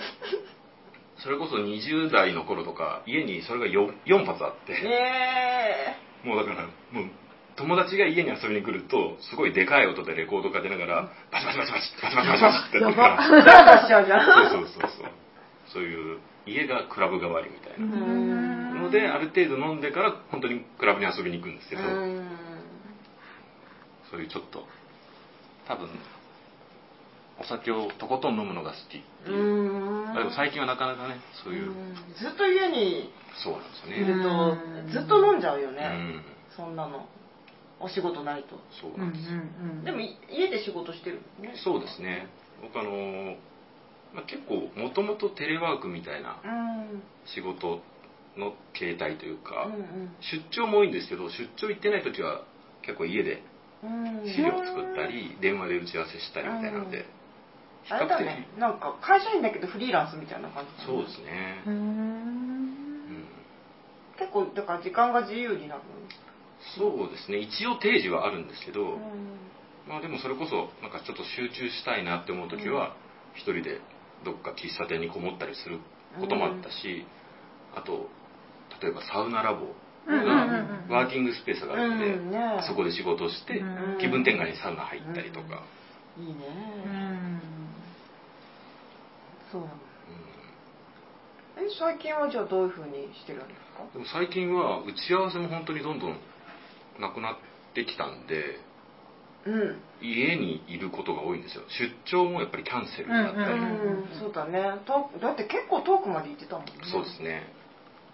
[SPEAKER 3] それこそ20代の頃とか、家にそれが 4, 4発あって、
[SPEAKER 2] え
[SPEAKER 3] もうだから、もう、友達が家に遊びに来ると、すごいでかい音でレコードかけながら、バチバチバチバチ、バチバチバチバチってやってるから、
[SPEAKER 2] ー、ダラしちゃうじゃん
[SPEAKER 3] そうそうそうそう。そういう、家がクラブ代わりみたいな。
[SPEAKER 2] ん
[SPEAKER 3] のである程度飲んでから本当にクラブに遊びに行くんですけど、
[SPEAKER 2] うん
[SPEAKER 3] そういうちょっと多分お酒をとことん飲むのが好き、
[SPEAKER 2] うん
[SPEAKER 3] あでも最近はなかなかねそういう、
[SPEAKER 2] うんずっと家に
[SPEAKER 3] そうなんですよ
[SPEAKER 2] い
[SPEAKER 3] ね、
[SPEAKER 2] ると
[SPEAKER 1] うん
[SPEAKER 2] ずっと飲んじゃうよ
[SPEAKER 3] う
[SPEAKER 2] ね、
[SPEAKER 3] ん、
[SPEAKER 2] そんなのお仕事ないと
[SPEAKER 3] そ
[SPEAKER 1] う
[SPEAKER 3] う
[SPEAKER 1] んう
[SPEAKER 3] なんんですよ、
[SPEAKER 1] うん
[SPEAKER 2] でもい家で仕事してるのね
[SPEAKER 3] そうですね僕あのー、まあ、結構もともとテレワークみたいな
[SPEAKER 2] うんうん
[SPEAKER 3] 仕事の形態というか、
[SPEAKER 2] うん
[SPEAKER 3] 出張も多いんですけど出張行ってない時は結構家で
[SPEAKER 2] うん
[SPEAKER 3] 資料作ったり電話で打ち合わせしたりみたいなので、
[SPEAKER 2] うん
[SPEAKER 3] 比
[SPEAKER 2] あれ
[SPEAKER 3] 較
[SPEAKER 2] だ
[SPEAKER 3] 的、
[SPEAKER 2] ねなんか会社員だけどフリーランスみたいな感じだね
[SPEAKER 3] そうですね、
[SPEAKER 1] うー
[SPEAKER 3] うんん
[SPEAKER 2] 結構だから時間が自由になる
[SPEAKER 3] そうですね一応定時はあるんですけど、
[SPEAKER 2] うん
[SPEAKER 3] まあでもそれこそなんかちょっと集中したいなって思う時は一人でどっか喫茶店にこもったりすることもあったし、あと例えばサウナラボ
[SPEAKER 1] うんうんうんうん
[SPEAKER 3] ワーキングスペースがあるので、
[SPEAKER 2] うんね
[SPEAKER 3] そこで仕事をして
[SPEAKER 1] うん
[SPEAKER 3] 気分転換にサウナ入ったりとか、
[SPEAKER 2] いいね
[SPEAKER 1] うん
[SPEAKER 2] そうなのえ最近はじゃあどういうふうにしてるんですか
[SPEAKER 3] うんでも最近は打ち合わせも本当にどんどんなくなってきたんで
[SPEAKER 2] うん
[SPEAKER 3] 家にいることが多いんですよ出張もやっぱりキャンセルになったり、
[SPEAKER 1] うん
[SPEAKER 2] うんそうだね遠くだって結構遠くまで行ってたもんね
[SPEAKER 3] そうですね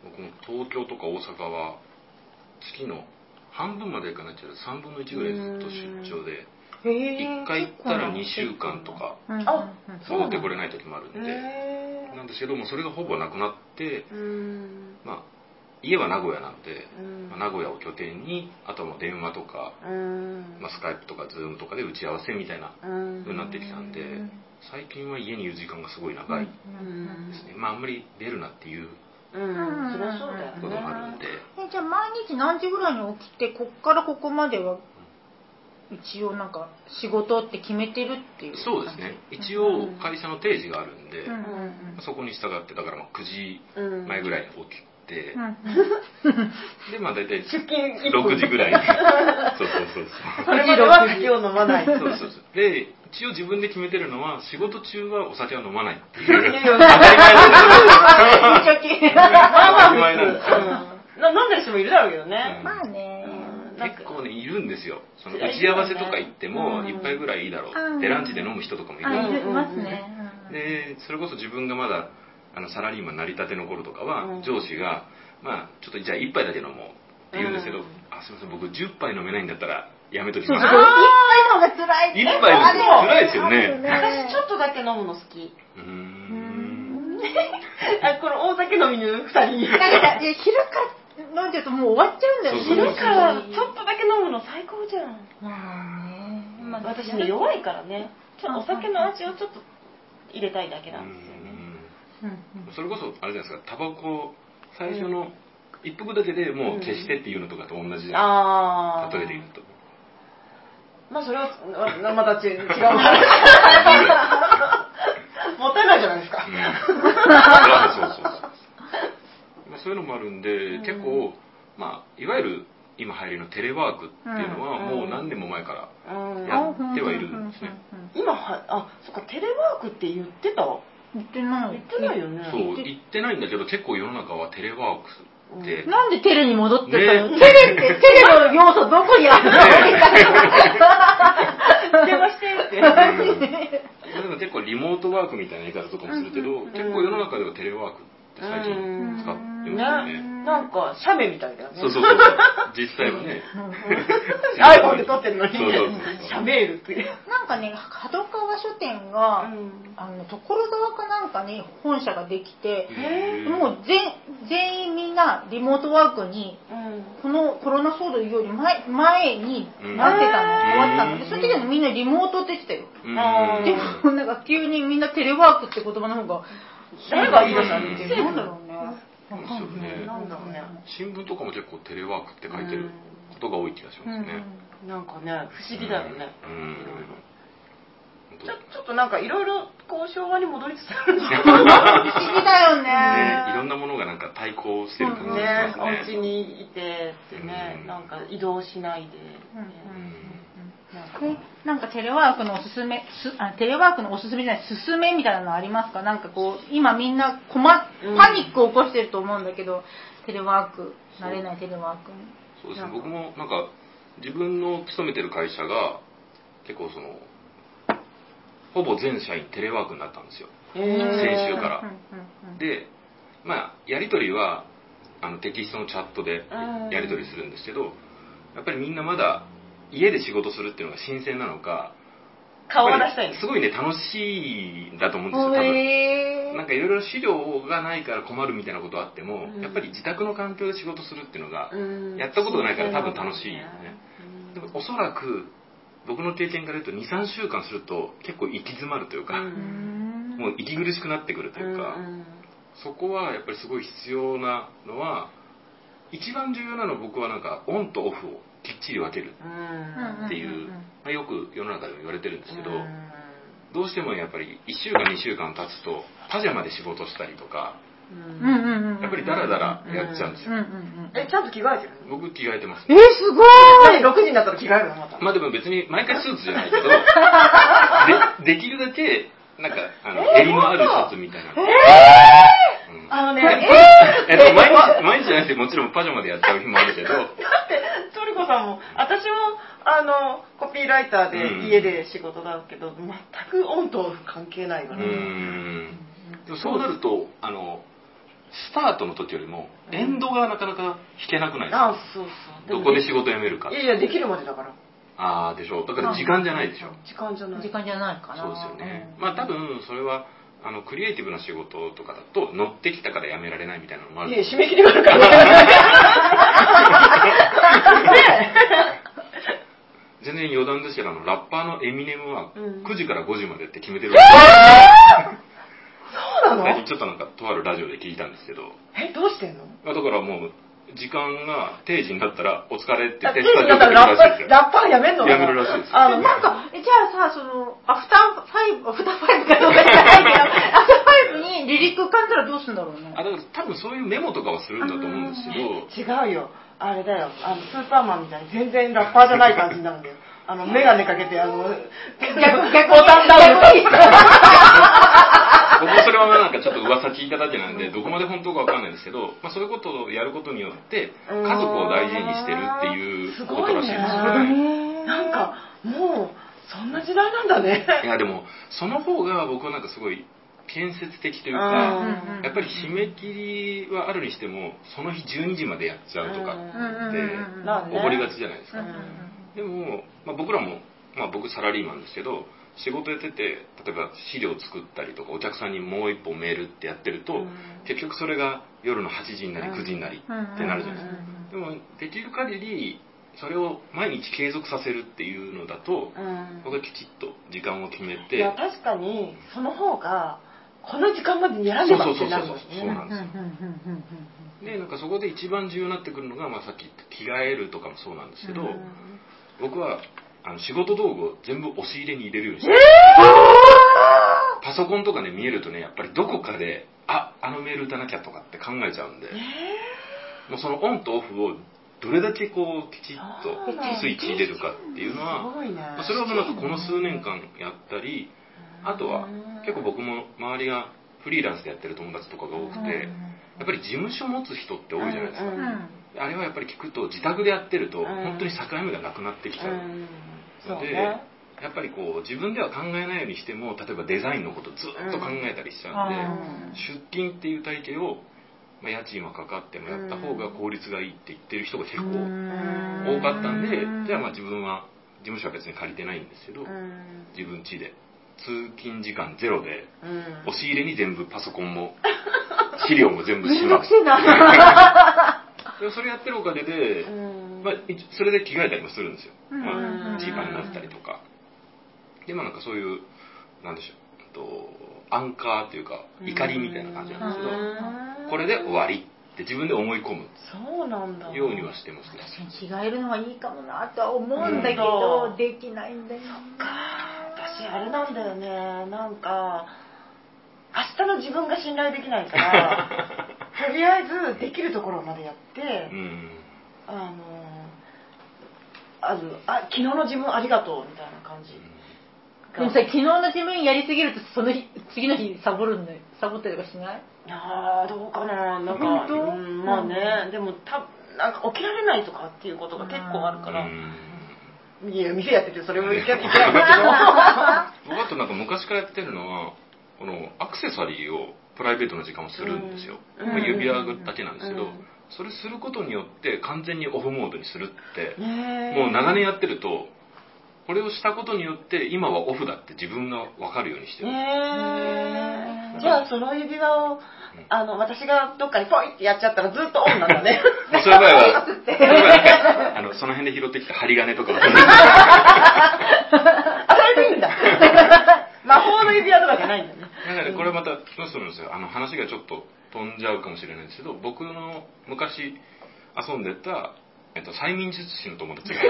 [SPEAKER 3] 僕も東京とか大阪は月の半分までいかないけど3分の1ぐらいずっと出張で
[SPEAKER 1] へ
[SPEAKER 3] 1回行ったら2週間とか
[SPEAKER 1] うんうんうん
[SPEAKER 2] あそうなん
[SPEAKER 3] 戻っ
[SPEAKER 2] だ
[SPEAKER 3] てこれない時もあるんで
[SPEAKER 2] へ
[SPEAKER 3] なんですけどもそれがほぼなくなって
[SPEAKER 2] えうん
[SPEAKER 3] まあ家は名古屋なんで、
[SPEAKER 2] うん
[SPEAKER 3] まあ名古屋を拠点にあとはもう電話とか、
[SPEAKER 2] うん
[SPEAKER 3] まあ、スカイプとかズームとかで打ち合わせみたいな
[SPEAKER 2] うん
[SPEAKER 3] 風になってきたんで
[SPEAKER 1] うん
[SPEAKER 3] 最近は家にいる時間がすごい長いで
[SPEAKER 1] うん
[SPEAKER 3] すね、まああんまり出るなっていう
[SPEAKER 2] うんそりゃそうだよね
[SPEAKER 3] こともあるんで、
[SPEAKER 1] えじゃあ毎日何時ぐらいに起きてこっからここまでは一応なんか仕事って決めてるっていう
[SPEAKER 3] そうですね一応
[SPEAKER 2] うん
[SPEAKER 3] 会社の定時があるんで、
[SPEAKER 1] うんうん
[SPEAKER 3] そこに従ってだからまあ9時
[SPEAKER 2] うん
[SPEAKER 3] 前ぐらいに起きて、
[SPEAKER 1] うんうん
[SPEAKER 3] でまあ大体
[SPEAKER 2] 出勤一分
[SPEAKER 3] 6時ぐら いにそうそうそう
[SPEAKER 2] それまでは酒を飲まない
[SPEAKER 3] そうそうそうそうで一応自分で決めてるのは仕事中はお酒は飲まないっていう
[SPEAKER 2] いやいや
[SPEAKER 3] 当たり前なんで
[SPEAKER 1] 無
[SPEAKER 3] すよ
[SPEAKER 1] 邪気
[SPEAKER 2] まあまあ
[SPEAKER 3] 当たり前なん
[SPEAKER 2] 普
[SPEAKER 3] です
[SPEAKER 2] 通、うん、な 飲んでる人もいるだろうけど
[SPEAKER 3] う
[SPEAKER 2] ね
[SPEAKER 3] ん
[SPEAKER 1] まあね
[SPEAKER 2] うんなんか
[SPEAKER 3] 結構ねいるんですよその
[SPEAKER 2] いや
[SPEAKER 3] 打ち合わせとか行っても
[SPEAKER 2] いるよねうん
[SPEAKER 3] 一杯ぐらいいいだろ
[SPEAKER 1] う
[SPEAKER 3] うんでランチで飲む人とかもいる
[SPEAKER 1] あ
[SPEAKER 3] ん
[SPEAKER 1] いる
[SPEAKER 3] で
[SPEAKER 1] いますね
[SPEAKER 3] すでそれこそ自分がまだあのサラリーマンなりたての頃とか
[SPEAKER 2] う
[SPEAKER 3] は
[SPEAKER 2] ん
[SPEAKER 3] 上司が「まあちょっとじゃあ一杯だけ飲もう」って言うんですけ
[SPEAKER 2] う
[SPEAKER 3] ど
[SPEAKER 2] ん
[SPEAKER 3] 「あすいません僕10杯飲めないんだったらやめとき
[SPEAKER 1] そう
[SPEAKER 3] ま
[SPEAKER 1] そう
[SPEAKER 3] す」
[SPEAKER 1] 一杯の方が辛い
[SPEAKER 3] 一杯の方が辛いですよね
[SPEAKER 2] 私ちょっとだけ飲むの好き
[SPEAKER 3] うーん
[SPEAKER 2] あこの大酒飲みの2人
[SPEAKER 1] なんかね昼から飲んでるともう終わっちゃうんだよね
[SPEAKER 3] そうそう
[SPEAKER 2] 昼からちょっとだけ飲むの最高じゃん
[SPEAKER 1] まあね
[SPEAKER 2] 私ね弱いからねちょっとお酒の味をちょっと入れたいだけなんですよね
[SPEAKER 1] うんうん
[SPEAKER 3] それこそあれじゃないですかタバコ最初の一服だけでもう消してっていうのとかと同じじゃん
[SPEAKER 2] ああ
[SPEAKER 3] 例えで言う と
[SPEAKER 2] まあそれはままた違 う持たないじゃない ですか
[SPEAKER 3] うんあそうそうそうまあそういうのもあるんで、
[SPEAKER 2] うん
[SPEAKER 3] 結構、まあ、いわゆる今流行りのテレワークっていうのは
[SPEAKER 2] うん
[SPEAKER 3] もう何年も前から、
[SPEAKER 2] うん
[SPEAKER 3] やってはいるんですね
[SPEAKER 2] 今はあそっかテレワークって言ってた
[SPEAKER 1] 言ってない
[SPEAKER 2] 言ってないよね
[SPEAKER 3] そう言ってないんだけど結構世の中はテレワークって、ね
[SPEAKER 1] なんでテレに戻ってたの、
[SPEAKER 3] ね
[SPEAKER 1] テレって、テレの要素どこにあるのみたい
[SPEAKER 2] 電話してって
[SPEAKER 3] うんなんか結構リモートワークみたいな言い方とかもするけど、結構世の中ではテレワークって最近
[SPEAKER 2] うん
[SPEAKER 3] 使ってますよね、
[SPEAKER 2] ねなんか写メみたいだよね
[SPEAKER 3] そうそうそうそう実際はね
[SPEAKER 2] iPhone で撮ってるのに
[SPEAKER 3] そうそうそう
[SPEAKER 2] 写メールって
[SPEAKER 1] な。なんかね、角川書店が、あの所沢かなんかに本社ができて、
[SPEAKER 3] へー
[SPEAKER 1] もう全全員みんなリモートワークに、このコロナ騒動より前前になってたの、
[SPEAKER 3] う
[SPEAKER 1] 変
[SPEAKER 3] ん
[SPEAKER 1] わったの。で、
[SPEAKER 3] うん
[SPEAKER 1] その時はみんなリモートって言ってたよ。
[SPEAKER 3] うん
[SPEAKER 2] あー
[SPEAKER 1] でもなんか急にみんなテレワークって言葉の方が、
[SPEAKER 2] 誰が言い出したの
[SPEAKER 3] うん
[SPEAKER 1] なんだろうね。
[SPEAKER 3] そうですよね
[SPEAKER 2] なんだろうね
[SPEAKER 3] 新聞とかも結構テレワークって書いてることが多い気がし
[SPEAKER 1] う
[SPEAKER 3] ますね、
[SPEAKER 1] ん
[SPEAKER 2] なんかね不思議だよね
[SPEAKER 3] うんうん
[SPEAKER 2] いろいろ
[SPEAKER 3] 本当
[SPEAKER 2] ちょちょっとなんかいろいろこう昭和に戻りつつあるんですよ
[SPEAKER 1] 不思議だよ
[SPEAKER 3] ね、いろん
[SPEAKER 1] ね。
[SPEAKER 3] なものがなんか対抗してる感じがし
[SPEAKER 2] ね
[SPEAKER 3] ます
[SPEAKER 2] お
[SPEAKER 3] ね。
[SPEAKER 2] 家にいてってね
[SPEAKER 3] うん
[SPEAKER 2] なんか移動しないで
[SPEAKER 1] うん
[SPEAKER 2] なんか
[SPEAKER 1] ねなんかテレワークのおすすめすあテレワークのおすすめじゃないすすめみたいなのありますかなんかこう今みんな困っ
[SPEAKER 2] うん
[SPEAKER 1] パニックを起こしてると思うんだけど、テレワーク慣れないテレワークに
[SPEAKER 3] そうですね。僕もなんか自分の勤めてる会社が結構そのほぼ全社員テレワークになったんですよ。
[SPEAKER 2] へー
[SPEAKER 3] 先週から
[SPEAKER 1] うんうんうん
[SPEAKER 3] で、まあやり取りはあのテキストのチャットで
[SPEAKER 2] うん
[SPEAKER 3] やり取りするんですけど、やっぱりみんなまだ家で仕事するっていうのが新鮮なのか、
[SPEAKER 2] 顔を出したい
[SPEAKER 3] やっ
[SPEAKER 2] んで
[SPEAKER 3] ぱり
[SPEAKER 2] す
[SPEAKER 3] すごいね楽しいんだと思うんですよ。多分。
[SPEAKER 1] へ
[SPEAKER 3] なんかいろいろ資料がないから困るみたいなことあっても、
[SPEAKER 2] うん
[SPEAKER 3] やっぱり自宅の環境で仕事するっていうのが、
[SPEAKER 2] うん
[SPEAKER 3] やったことないから多分楽しいよね
[SPEAKER 2] うん
[SPEAKER 3] でもおそらく僕の経験から言うと23週間すると結構行き詰まるというか、
[SPEAKER 2] う
[SPEAKER 1] うー
[SPEAKER 2] ん
[SPEAKER 1] ん
[SPEAKER 3] もう息苦しくなってくるというか、
[SPEAKER 2] んん
[SPEAKER 3] そこはやっぱりすごい必要なのは一番重要なのは僕はなんかオンとオフをきっちり分ける、
[SPEAKER 2] うん
[SPEAKER 3] っていう
[SPEAKER 1] うん
[SPEAKER 3] まあ、よく世の中でも言われてるんですけど、
[SPEAKER 2] うん
[SPEAKER 3] どうしてもやっぱり1週間2週間経つとパジャマで仕事したりとか
[SPEAKER 1] うんうんうんうん
[SPEAKER 3] やっぱりダラダラやっちゃうんです
[SPEAKER 1] う
[SPEAKER 3] よ、
[SPEAKER 1] んうんうん
[SPEAKER 2] え、ちゃんと着替えてるの
[SPEAKER 3] 僕着替えてます
[SPEAKER 1] えーすご
[SPEAKER 2] 何
[SPEAKER 1] い
[SPEAKER 2] ?6 時になったら着替えるのまた。
[SPEAKER 3] まあでも別に毎回スーツじゃないけど、でできるだけ、なんか、あの、襟のあるシャツみたいな。うん
[SPEAKER 2] あのね、
[SPEAKER 3] えっと、毎日、毎日じゃなくてもちろんパジャマでやっちゃう日もあるけど、
[SPEAKER 2] それこさんも私もあのコピーライター
[SPEAKER 3] うん
[SPEAKER 2] で家で仕事だけど、全くオンとオフ関係ないか
[SPEAKER 3] う
[SPEAKER 2] ら、
[SPEAKER 3] んでもそうなるとあのスタートの時よりもエンドがなかなか弾けなくないですか
[SPEAKER 2] あそうそう
[SPEAKER 3] どこで
[SPEAKER 2] し
[SPEAKER 3] 仕事辞めるか
[SPEAKER 2] いやいやできるまでだから
[SPEAKER 3] ああでしょだから時間じゃないでしょ
[SPEAKER 2] 時間じゃない
[SPEAKER 1] 時間じゃないかな
[SPEAKER 3] そうですよね
[SPEAKER 1] うん
[SPEAKER 3] まあ多分それはあのクリエイティブな仕事とかだと乗ってきたから辞められないみたいなのもある
[SPEAKER 2] いや締め切りがあるから
[SPEAKER 3] 全然余談ですけどあのラッパーのエミネムは
[SPEAKER 2] うん
[SPEAKER 3] 9時から5時までって決めてるわ け
[SPEAKER 2] そうなの
[SPEAKER 3] 最近ちょっとなんかとあるラジオで聞いたんですけど
[SPEAKER 2] えどうしてんの
[SPEAKER 3] まあだからもう時間が定時になったらお疲れって言
[SPEAKER 2] あ
[SPEAKER 3] っ
[SPEAKER 2] テ
[SPEAKER 3] て
[SPEAKER 2] レビ
[SPEAKER 3] スタジ
[SPEAKER 2] だ
[SPEAKER 3] オ
[SPEAKER 2] った
[SPEAKER 3] で
[SPEAKER 2] らラッ
[SPEAKER 3] らしい
[SPEAKER 2] パ
[SPEAKER 3] ですよ
[SPEAKER 2] ラッパーやめんの
[SPEAKER 3] やめるらしいです
[SPEAKER 2] あの
[SPEAKER 1] なんか、えじゃあさ、その、アフターファイブ、アフターファイブかどうかじゃないけど、アフターファイブに離陸浮かんだらどうするんだろうね。
[SPEAKER 3] あだから多分そういうメモとかはするんだと思うんですけど
[SPEAKER 2] 違うよあれだよあのスーパーマンみたいに全然ラッパーじゃない感じになるんだよあの眼鏡かけてあの
[SPEAKER 1] 逆逆
[SPEAKER 2] ボタンダウン
[SPEAKER 1] 逆に
[SPEAKER 3] 僕もそれはなんかちょっと噂聞いただけなんでどこまで本当かわかんないですけど、まあ、そういうことをやることによって家
[SPEAKER 2] うん
[SPEAKER 3] 族を大事にしてるっていうことらしいです
[SPEAKER 2] すご
[SPEAKER 3] よ
[SPEAKER 2] い
[SPEAKER 3] ね
[SPEAKER 2] なんかもうそんな時代なんだね
[SPEAKER 3] いやでもその方が僕はなんかすごい建設的という
[SPEAKER 1] う
[SPEAKER 3] か
[SPEAKER 1] んうん
[SPEAKER 3] やっぱり締め切りはあるにしてもその日12時までやっちゃうとか
[SPEAKER 1] うんうんうんうん。
[SPEAKER 2] な
[SPEAKER 1] うんん
[SPEAKER 2] ね
[SPEAKER 3] 怒りがちじゃないです
[SPEAKER 1] う
[SPEAKER 3] か
[SPEAKER 1] ん
[SPEAKER 3] でも、まあ、僕らも、まあ、僕サラリーマンですけど仕事やってて例えば資料作ったりとかお客さんにもう一本メールってやってると、結局それが夜の8時になり
[SPEAKER 2] うん
[SPEAKER 3] 9時になり、
[SPEAKER 1] うん
[SPEAKER 3] ってなるじゃない
[SPEAKER 2] ですか
[SPEAKER 1] うん
[SPEAKER 3] でもできる限りそれを毎日継続させるっていうのだと、
[SPEAKER 2] うん
[SPEAKER 3] 僕はきちっと時間を決め
[SPEAKER 2] い
[SPEAKER 3] て
[SPEAKER 2] や確かにその方がこの時間までにや
[SPEAKER 3] そ
[SPEAKER 2] ら
[SPEAKER 3] う
[SPEAKER 2] ね
[SPEAKER 3] そう
[SPEAKER 2] ば
[SPEAKER 3] そう
[SPEAKER 2] っ
[SPEAKER 3] そ
[SPEAKER 2] て
[SPEAKER 3] う
[SPEAKER 2] なるもん
[SPEAKER 3] そ
[SPEAKER 2] ね
[SPEAKER 3] うなんですよ
[SPEAKER 1] うんうんうんうんうん
[SPEAKER 3] でなんかそこで一番重要になってくるのが、まあ、さっき言った着替えるとかもそうなんですけど、
[SPEAKER 1] うん
[SPEAKER 3] 僕はあの仕事道具を全部押し入れに入れるようにしてパソコンとかね見えるとねやっぱりどこかでああのメール打たなきゃとかって考えちゃうんで、もうそのオンとオフをどれだけこうきちっとスイッチ入れるかっていうのは
[SPEAKER 2] すごいね
[SPEAKER 3] まあそれはもうなんかこの数年間やったりあとは結構僕も周りがフリーランスでやってる友達とかが
[SPEAKER 1] う
[SPEAKER 3] 多く
[SPEAKER 1] ん
[SPEAKER 3] てやっぱり事務所持つ人って多いじゃないです
[SPEAKER 2] う
[SPEAKER 3] か
[SPEAKER 2] ん
[SPEAKER 3] あれはやっぱり聞くと自宅でやってると
[SPEAKER 2] うん
[SPEAKER 3] 本当に境目がなくなってきちゃ
[SPEAKER 2] う
[SPEAKER 3] うん
[SPEAKER 2] そう
[SPEAKER 3] ので
[SPEAKER 2] ね
[SPEAKER 3] やっぱりこう自分では考えないようにしても例えばデザインのことずっと考えたりしちゃう
[SPEAKER 1] う
[SPEAKER 3] んで
[SPEAKER 1] ん
[SPEAKER 3] 出勤っていう体系を、まあ、家賃はかかってもやった方が効率がいいって言ってる人が結構多かったんで、じゃあまあ自分は事務所は別に借りてないんですけど、
[SPEAKER 2] うん
[SPEAKER 3] 自分家で通勤時間ゼロで
[SPEAKER 2] うん
[SPEAKER 3] 押し入れに全部パソコンも資料も全部し
[SPEAKER 1] めんど
[SPEAKER 3] ま
[SPEAKER 1] く
[SPEAKER 3] す
[SPEAKER 1] せえな。
[SPEAKER 3] でそれやってるおかげで、
[SPEAKER 2] うん
[SPEAKER 3] まあ、一それで着替えたりもするんですよ、
[SPEAKER 1] うん
[SPEAKER 3] まあ
[SPEAKER 2] うん
[SPEAKER 3] ジーパンになったりとかでまあなんかそういうなんでしょううんとアンカーっていうか怒りみたいな感じなんですけど、
[SPEAKER 2] うん
[SPEAKER 3] これで終わりって自分で思い込む
[SPEAKER 2] そうなんだ
[SPEAKER 3] ようにはしてますね
[SPEAKER 1] 確かに着替えるのはいいかもなとは思うんだけど、できないんだよね。
[SPEAKER 2] 私あれなんだよねなんか明日の自分が信頼できないから とりあえずできるところまでやって、
[SPEAKER 3] うん
[SPEAKER 2] あのあのあ昨日の自分ありがとうみたいな感じ
[SPEAKER 1] でもさ、昨日の自分やりすぎると、その日、次の日サボるんだよ。サボったりとかしない
[SPEAKER 2] ああどうかななんか
[SPEAKER 1] 本当
[SPEAKER 2] うんまあねでもたなんか起きられないとかっていうことが結構ある
[SPEAKER 3] う
[SPEAKER 2] から、
[SPEAKER 3] ん
[SPEAKER 2] いや店やっててそれもいけないいけないんだ
[SPEAKER 3] 僕あとなんか昔からやってるのはこのアクセサリーをプライベートの時間をするんですよ、
[SPEAKER 2] うん
[SPEAKER 3] まあ指輪だけなんですけど、
[SPEAKER 2] うん
[SPEAKER 3] それすることによって完全にオフモードにするって
[SPEAKER 2] けどねえ
[SPEAKER 3] もう長年やってるとこれをしたことによって今はオフだって自分が分かるようにしてる、
[SPEAKER 2] え
[SPEAKER 3] うん
[SPEAKER 2] ー、じゃあその指輪を
[SPEAKER 3] ん
[SPEAKER 2] あの私がどっかにポイってやっちゃったらずっとオンなんだ ね
[SPEAKER 3] まあそういう場合 はそういう場合はなんかあのその辺で拾ってきた針金とかを
[SPEAKER 2] あそれでいいん だ魔法の指輪とかじゃないんだね
[SPEAKER 3] なのでこれまたそうするんですよあの話がちょっと飛んじゃうかもしれないんですけど僕の昔遊んでた、えっと、催眠術師の友達 がいて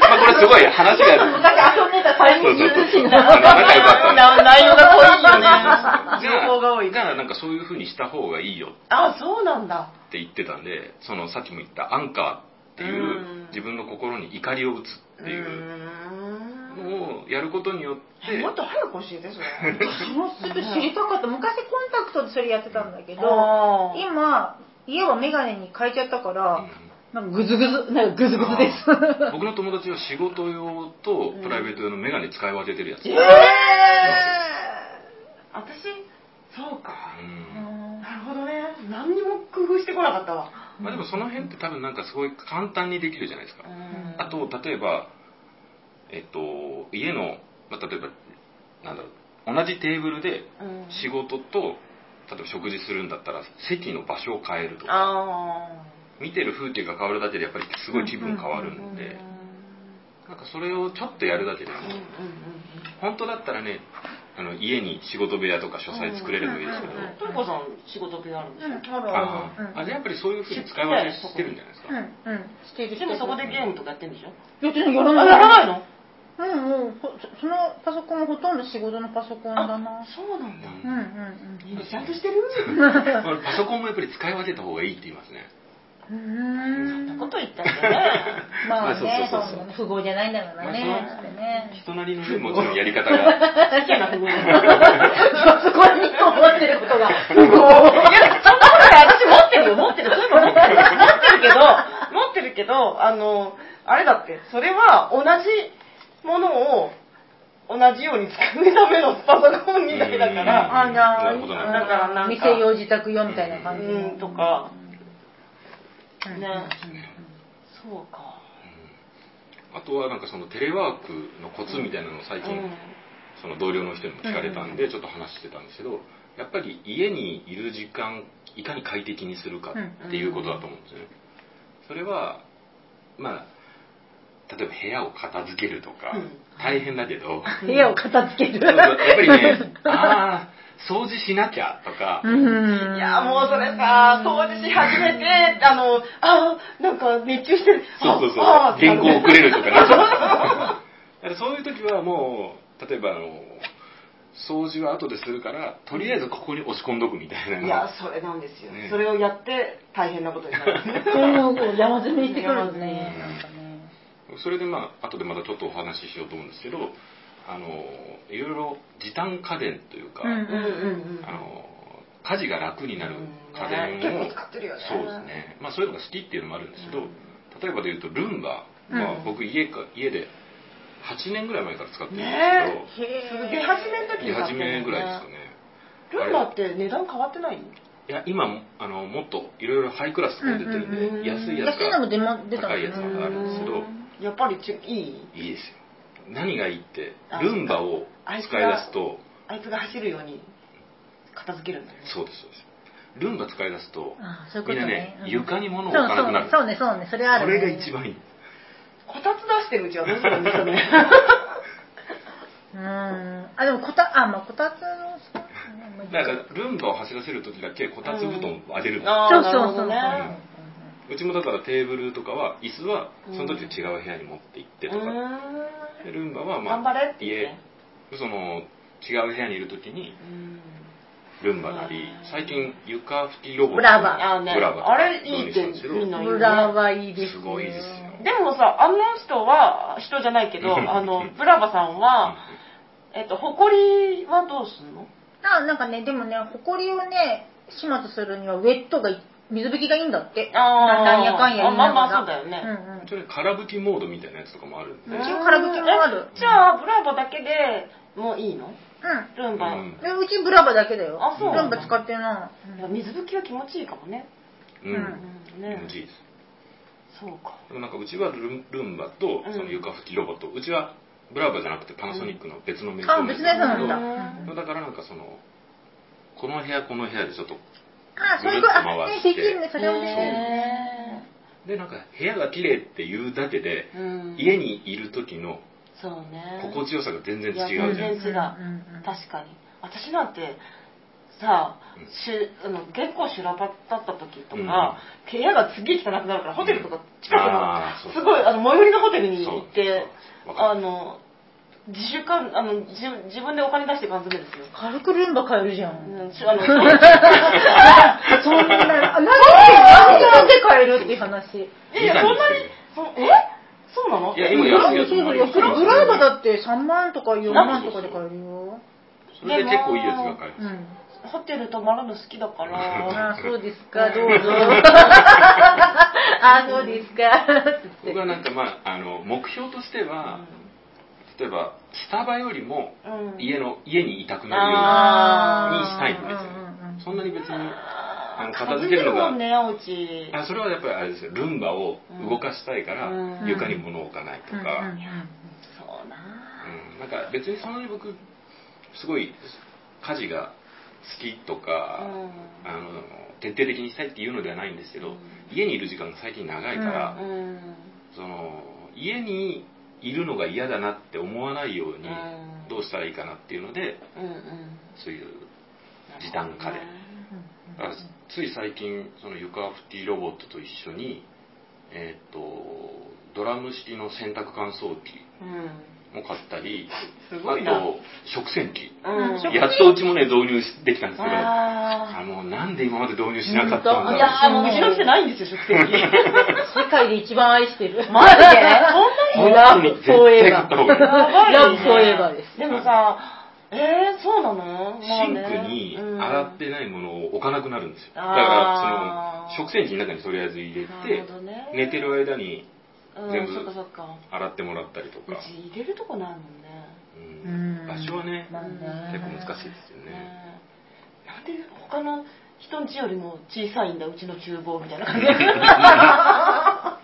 [SPEAKER 3] まあこれすごい話が
[SPEAKER 1] なんか遊んでた催
[SPEAKER 3] そ
[SPEAKER 1] 眠
[SPEAKER 3] うそうそう
[SPEAKER 1] 術師
[SPEAKER 3] あの
[SPEAKER 1] な。
[SPEAKER 3] 仲良かったんで
[SPEAKER 2] な内容が濃いよ
[SPEAKER 3] そうそうそう
[SPEAKER 2] ね
[SPEAKER 3] じ ゃあ
[SPEAKER 2] 情報が多い
[SPEAKER 3] じゃあなんかそういう風にした方がいいよ
[SPEAKER 2] あそうなんだ
[SPEAKER 3] って言ってたんでそのさっきも言ったアンカーってい
[SPEAKER 2] う
[SPEAKER 3] う
[SPEAKER 2] ん
[SPEAKER 3] 自分の心に怒りを打つ
[SPEAKER 2] う
[SPEAKER 3] っていう
[SPEAKER 2] ーん
[SPEAKER 3] のをやることによって
[SPEAKER 2] もっと早く教えてそれ
[SPEAKER 1] 私もすぐ知りたかった。昔コンタクトでそれやってたんだけど、
[SPEAKER 2] あー
[SPEAKER 1] 今、家はメガネに変えちゃったから、
[SPEAKER 3] う
[SPEAKER 1] なんかグズグズ、なんかグズグズです。
[SPEAKER 3] 僕の友達は仕事用とプライベート用のメガネ使い分けてるやつ、
[SPEAKER 2] え
[SPEAKER 3] う
[SPEAKER 2] ー
[SPEAKER 3] ん、
[SPEAKER 2] 私そうかなるほどね何にも工夫してこなかったわ
[SPEAKER 3] まあ、でもその辺って多分なんかすごい簡単にできるじゃないですか、
[SPEAKER 2] うん
[SPEAKER 3] あと例えばえっと家の、まあ、例えばなんだろう同じテーブルで
[SPEAKER 2] うん
[SPEAKER 3] 仕事と例えば食事するんだったら席の場所を変えるとか
[SPEAKER 2] あ
[SPEAKER 3] 見てる風景が変わるだけでやっぱりすごい気分変わる
[SPEAKER 2] あ
[SPEAKER 3] んで
[SPEAKER 2] うん
[SPEAKER 3] なんかそれをちょっとやるだけでも
[SPEAKER 2] うんうんうん
[SPEAKER 3] 本当だったらねあの家に仕事部屋とか書斎作れればいいですけど
[SPEAKER 1] うんうんうん
[SPEAKER 2] トリコさん仕事部屋あるんで
[SPEAKER 1] う
[SPEAKER 2] す
[SPEAKER 1] ん、
[SPEAKER 2] よ、
[SPEAKER 1] ある
[SPEAKER 3] あ
[SPEAKER 1] あ
[SPEAKER 3] ー
[SPEAKER 1] る。
[SPEAKER 3] あじゃあやっぱりそういうふうに使い分けしてるんじゃないです
[SPEAKER 1] うん、
[SPEAKER 3] か
[SPEAKER 1] うん、うんしてる。
[SPEAKER 2] でもそこでゲームとかやってんでしょ
[SPEAKER 1] やってない、やら
[SPEAKER 2] あ
[SPEAKER 1] ない。
[SPEAKER 2] やらないの
[SPEAKER 1] うん、もう、ほそのパソコンほとんど仕事のパソコンだな。
[SPEAKER 2] そうなんだ
[SPEAKER 1] うん、うん、うん。
[SPEAKER 2] みんなちゃんとしてる
[SPEAKER 3] まあパソコンもやっぱり使い分けた方がいいって言いますね
[SPEAKER 1] うー
[SPEAKER 2] そん
[SPEAKER 1] ん
[SPEAKER 2] なこと言ったってね
[SPEAKER 1] まあね、
[SPEAKER 3] そ
[SPEAKER 1] そうう
[SPEAKER 3] そうそう
[SPEAKER 1] だね。不
[SPEAKER 3] そう
[SPEAKER 1] 合じゃないんだろうなね。
[SPEAKER 3] まあそう
[SPEAKER 1] だってね。
[SPEAKER 3] 人なりのねもちろんやり方が
[SPEAKER 2] ちっちゃな不合だよ
[SPEAKER 1] そこに思ってることが不合。
[SPEAKER 2] いや、そんなことない。私持ってるよ、持ってる。そういえば持ってる。持ってるけど、持ってるけど、あの、あれだって、それは同じものを同じように使うためのパソコンみたいだか
[SPEAKER 3] うん
[SPEAKER 2] ら、
[SPEAKER 1] あ、じゃあ、
[SPEAKER 3] なるほどな
[SPEAKER 2] るほどだからなんか
[SPEAKER 1] 店用自宅用みたいな感じ
[SPEAKER 2] う
[SPEAKER 1] の
[SPEAKER 2] ん、とか、
[SPEAKER 1] うんうんう
[SPEAKER 2] ね
[SPEAKER 1] ん
[SPEAKER 2] そうか。
[SPEAKER 3] あとはなんかそのテレワークのコツみたいなのを最近、その同僚の人にも聞かれたんでちょっと話してたんですけどやっぱり家にいる時間いかに快適にするかっていうことだと思うんですねそれはまあ例えば部屋を片付けるとか
[SPEAKER 2] うん
[SPEAKER 3] 大変だけど
[SPEAKER 1] 部屋を片付ける。
[SPEAKER 3] やっぱり ねああ掃除しなきゃとか
[SPEAKER 2] い
[SPEAKER 1] い
[SPEAKER 2] やもうそれさ、掃除し始めて、あの、あなんか熱中してる。
[SPEAKER 3] そうそうそう
[SPEAKER 2] ああ
[SPEAKER 3] 原稿遅れる とかなっちゃうだからそういう時はもう例えばあの掃除は後でするからとりあえずここに押し込んどくみたいない
[SPEAKER 2] や、それなんですよ。
[SPEAKER 3] ね
[SPEAKER 2] それをやって大変なことになる。
[SPEAKER 1] もうこう山積みしてくるね。
[SPEAKER 3] 山積み
[SPEAKER 1] なんかね。
[SPEAKER 3] それでまあ後でまたちょっとお話ししようと思うんですけどあのいろいろ時短家電というか、
[SPEAKER 1] うん
[SPEAKER 2] うんうんうん。
[SPEAKER 3] あの家事が楽になる家電
[SPEAKER 2] うん
[SPEAKER 3] を、
[SPEAKER 2] 結構使ってるよね
[SPEAKER 3] そうですね、まあ、そういうのが好きっていうのもあるんですけど、
[SPEAKER 2] うん
[SPEAKER 3] 例えばで言うとルンバは、
[SPEAKER 1] うん
[SPEAKER 3] 僕家か家で8年ぐらい前から使ってるんですけど、
[SPEAKER 2] ね
[SPEAKER 1] へえ
[SPEAKER 2] すごい出始めの時
[SPEAKER 3] 出
[SPEAKER 2] に買っ
[SPEAKER 3] 始
[SPEAKER 2] てんだよ
[SPEAKER 3] め
[SPEAKER 2] ね
[SPEAKER 3] ぐらいですかね
[SPEAKER 2] ルンバって値段変わってない
[SPEAKER 3] いや今もあのもっといろいろハイクラスとか出てるんで、
[SPEAKER 2] うんうんうん
[SPEAKER 3] 安いやつ
[SPEAKER 1] 安いのも
[SPEAKER 3] が
[SPEAKER 1] 出ま出た
[SPEAKER 3] 高いやつ
[SPEAKER 1] もん
[SPEAKER 3] があるんですけど
[SPEAKER 2] うんやっぱりちいい
[SPEAKER 3] いいですよ何がいいって
[SPEAKER 2] あ
[SPEAKER 3] ルンバを使い出すと
[SPEAKER 2] あいつが走るように片付けるんだよね
[SPEAKER 3] そうですそうですルンバ使い出すと
[SPEAKER 1] あそういうこ
[SPEAKER 3] みん
[SPEAKER 1] と
[SPEAKER 3] な
[SPEAKER 1] ね
[SPEAKER 3] ね。
[SPEAKER 1] うん
[SPEAKER 3] 床に物を置かなくなる
[SPEAKER 1] そうそうね、そうね、そうね、それあ
[SPEAKER 3] こ
[SPEAKER 1] る、ね。
[SPEAKER 3] れが一番いい
[SPEAKER 2] こたつ出してるうちはどうするんですかね
[SPEAKER 1] うーん。あ、でもこた、あ、まあこたつの、そうねまあ
[SPEAKER 3] だからルンバを走らせる時だけこたつ布団を上げるんです
[SPEAKER 2] あ
[SPEAKER 1] そう
[SPEAKER 2] ー
[SPEAKER 1] そ
[SPEAKER 2] な
[SPEAKER 1] う
[SPEAKER 2] る
[SPEAKER 1] そう
[SPEAKER 2] ほ
[SPEAKER 1] そううん。
[SPEAKER 2] どね
[SPEAKER 3] うちもだからテーブルとかは椅子はその時違う部屋に持って行って
[SPEAKER 2] う
[SPEAKER 3] とか、
[SPEAKER 2] ー
[SPEAKER 3] でルンバは
[SPEAKER 2] ん
[SPEAKER 3] まあ
[SPEAKER 2] 頑張れって言って
[SPEAKER 3] 家その違う部屋にいる時に
[SPEAKER 2] うん
[SPEAKER 3] ルンバなり最近床拭きロボット
[SPEAKER 1] ブラバ
[SPEAKER 2] あーね
[SPEAKER 3] ブラバ
[SPEAKER 2] あれいいっ
[SPEAKER 3] 導入
[SPEAKER 2] て
[SPEAKER 3] したん
[SPEAKER 2] みん
[SPEAKER 3] です
[SPEAKER 2] な言う
[SPEAKER 1] ブ
[SPEAKER 2] ね
[SPEAKER 1] ラはいいです、ね。
[SPEAKER 3] すごいですよ
[SPEAKER 2] でもさあの人は人じゃないけどあのブラバさんはえっと埃はどうすんの
[SPEAKER 1] あ、なんかね、でもね、埃をね、始末するにはウェットがいい、水拭きがいいんだって。
[SPEAKER 2] あー
[SPEAKER 1] なんやかんや言いながら。
[SPEAKER 2] あまあまあそうだよね
[SPEAKER 1] うんうん
[SPEAKER 3] けどそれ空拭きモードみたいなやつとかもあるんで、
[SPEAKER 1] 一応空拭きもある
[SPEAKER 2] えじゃあブラボだけでもういいの
[SPEAKER 1] う
[SPEAKER 2] ルンバ、
[SPEAKER 3] うん
[SPEAKER 1] ん。でうちブラバだけだよ。
[SPEAKER 2] あそう
[SPEAKER 1] ブラバ使ってない
[SPEAKER 2] や水拭きは気持ちいいかもね、
[SPEAKER 3] う
[SPEAKER 1] う
[SPEAKER 3] ん、
[SPEAKER 1] ん
[SPEAKER 2] うん、
[SPEAKER 3] 気
[SPEAKER 2] ね
[SPEAKER 3] 持ちいいです
[SPEAKER 2] そうか
[SPEAKER 3] でもなんかうちはルンルンバとその床拭きロボット、うちはブラウバじゃなくてパナソニックの別のメーカー
[SPEAKER 1] あ、別のやつなんだ。
[SPEAKER 2] う
[SPEAKER 1] うんん
[SPEAKER 3] だからなんかそのこの部屋この部屋でちょっと
[SPEAKER 1] あ、そういうこと、あ、
[SPEAKER 3] ぐ
[SPEAKER 1] ね
[SPEAKER 3] るっと回し
[SPEAKER 1] で
[SPEAKER 3] て
[SPEAKER 1] きるね、それをね。
[SPEAKER 2] ね
[SPEAKER 3] でなんか部屋が綺麗っていうだけで
[SPEAKER 2] うん
[SPEAKER 3] 家にいる時の
[SPEAKER 2] そうね
[SPEAKER 3] 心地よさが全然違う
[SPEAKER 2] い
[SPEAKER 3] じ
[SPEAKER 2] や
[SPEAKER 3] ゃ
[SPEAKER 2] 全
[SPEAKER 3] ん
[SPEAKER 2] 然違
[SPEAKER 1] うん
[SPEAKER 2] う確かに私なんてさ
[SPEAKER 3] うん
[SPEAKER 2] しゅあの原稿修羅場だった時とか、
[SPEAKER 3] うん
[SPEAKER 2] 部屋がすげえ汚くなるからホテルとか近くの、
[SPEAKER 3] あーそう
[SPEAKER 2] すごいあの最寄りのホテルに行っ
[SPEAKER 3] そう
[SPEAKER 2] て
[SPEAKER 3] そうわか
[SPEAKER 2] あ
[SPEAKER 3] る
[SPEAKER 2] の自主管あの自自分でお金出して缶詰ですよ
[SPEAKER 1] 軽くルンバ買えるじゃん。
[SPEAKER 2] うんしあ の
[SPEAKER 1] そんな、あなんで、なんで買えるっていう話。
[SPEAKER 2] いやいや、そんなに、そえそうなの
[SPEAKER 3] いや今安いやつもあるよ
[SPEAKER 1] ブラブラーバだって3万とか4万とかで買えるよ。
[SPEAKER 3] それで結構いいやつが買え
[SPEAKER 1] う
[SPEAKER 3] る
[SPEAKER 1] ん。
[SPEAKER 2] ホテル泊まるの好きだから
[SPEAKER 1] ああ、そうですか、どうぞ。ああ、そうですか。
[SPEAKER 3] 僕はなんかまああの目標としては、例えばスタバよりも
[SPEAKER 2] うん
[SPEAKER 3] 家の家にいたくなるような
[SPEAKER 2] あー
[SPEAKER 3] にしたいんですよ
[SPEAKER 1] うんうんうん
[SPEAKER 3] そんなに別にあの
[SPEAKER 2] あ
[SPEAKER 3] 片付けるのが
[SPEAKER 2] かぶるもんねお家
[SPEAKER 3] あそれはやっぱりあれですよルンバを動かしたいから、
[SPEAKER 2] うん
[SPEAKER 3] 床に物を置かないとか、
[SPEAKER 1] うんうん
[SPEAKER 2] そうな
[SPEAKER 3] うんなんか別にそんなに僕すごい家事が好きとか、
[SPEAKER 2] うん
[SPEAKER 3] あの徹底的にしたいっていうのではないんですけど、
[SPEAKER 2] うん
[SPEAKER 3] 家にいる時間が最近長いから、
[SPEAKER 2] うん
[SPEAKER 3] その家にいるのが嫌だなって思わないように
[SPEAKER 2] うん
[SPEAKER 3] どうしたらいいかなっていうので
[SPEAKER 2] うんうん
[SPEAKER 3] そういう時短家電
[SPEAKER 1] うん
[SPEAKER 3] あつい最近その床フティロボットと一緒にえーっ、とドラム式の洗濯乾燥機
[SPEAKER 2] うん
[SPEAKER 3] も買ったり
[SPEAKER 2] す
[SPEAKER 3] あ
[SPEAKER 2] ごいな
[SPEAKER 3] と食洗機
[SPEAKER 2] うん
[SPEAKER 1] 食洗機
[SPEAKER 3] やっとうちもね導入できたんですけどあ
[SPEAKER 2] あ
[SPEAKER 3] のなんで今まで導入しなかったん
[SPEAKER 2] ーい
[SPEAKER 3] だ
[SPEAKER 2] やーもう後ろしてないんですよ食 洗機
[SPEAKER 1] 世界で一番愛してる。
[SPEAKER 2] マジでそんな
[SPEAKER 3] ろう
[SPEAKER 1] ラ
[SPEAKER 3] 本当に
[SPEAKER 1] ブ
[SPEAKER 3] 絶
[SPEAKER 1] フォーエ
[SPEAKER 3] 対買
[SPEAKER 1] バ
[SPEAKER 3] っ
[SPEAKER 1] ー
[SPEAKER 3] た。方がいい
[SPEAKER 1] ラブフォーエバーです。
[SPEAKER 2] でもさ、えー、そうなの、まあ
[SPEAKER 3] シン
[SPEAKER 2] ね
[SPEAKER 3] クに
[SPEAKER 2] うん
[SPEAKER 3] 洗ってないものを置かなくなるんですよ。だ
[SPEAKER 2] あ
[SPEAKER 3] か
[SPEAKER 2] ー
[SPEAKER 3] ら、その、食洗機の中にとりあえず入れ
[SPEAKER 2] なるほど
[SPEAKER 3] て、
[SPEAKER 2] ね
[SPEAKER 3] 寝てる間に
[SPEAKER 2] うん
[SPEAKER 3] 全部
[SPEAKER 2] そっかそっか
[SPEAKER 3] 洗ってもらったりと
[SPEAKER 2] う
[SPEAKER 3] か。
[SPEAKER 2] ち入れるとこないもんね
[SPEAKER 3] う
[SPEAKER 1] うん
[SPEAKER 3] ん場所はね、
[SPEAKER 1] まあね
[SPEAKER 3] 結構難しいですよね。
[SPEAKER 2] ねえなんで他の人んちよりも小さいんだうちの厨房みたいな感じあ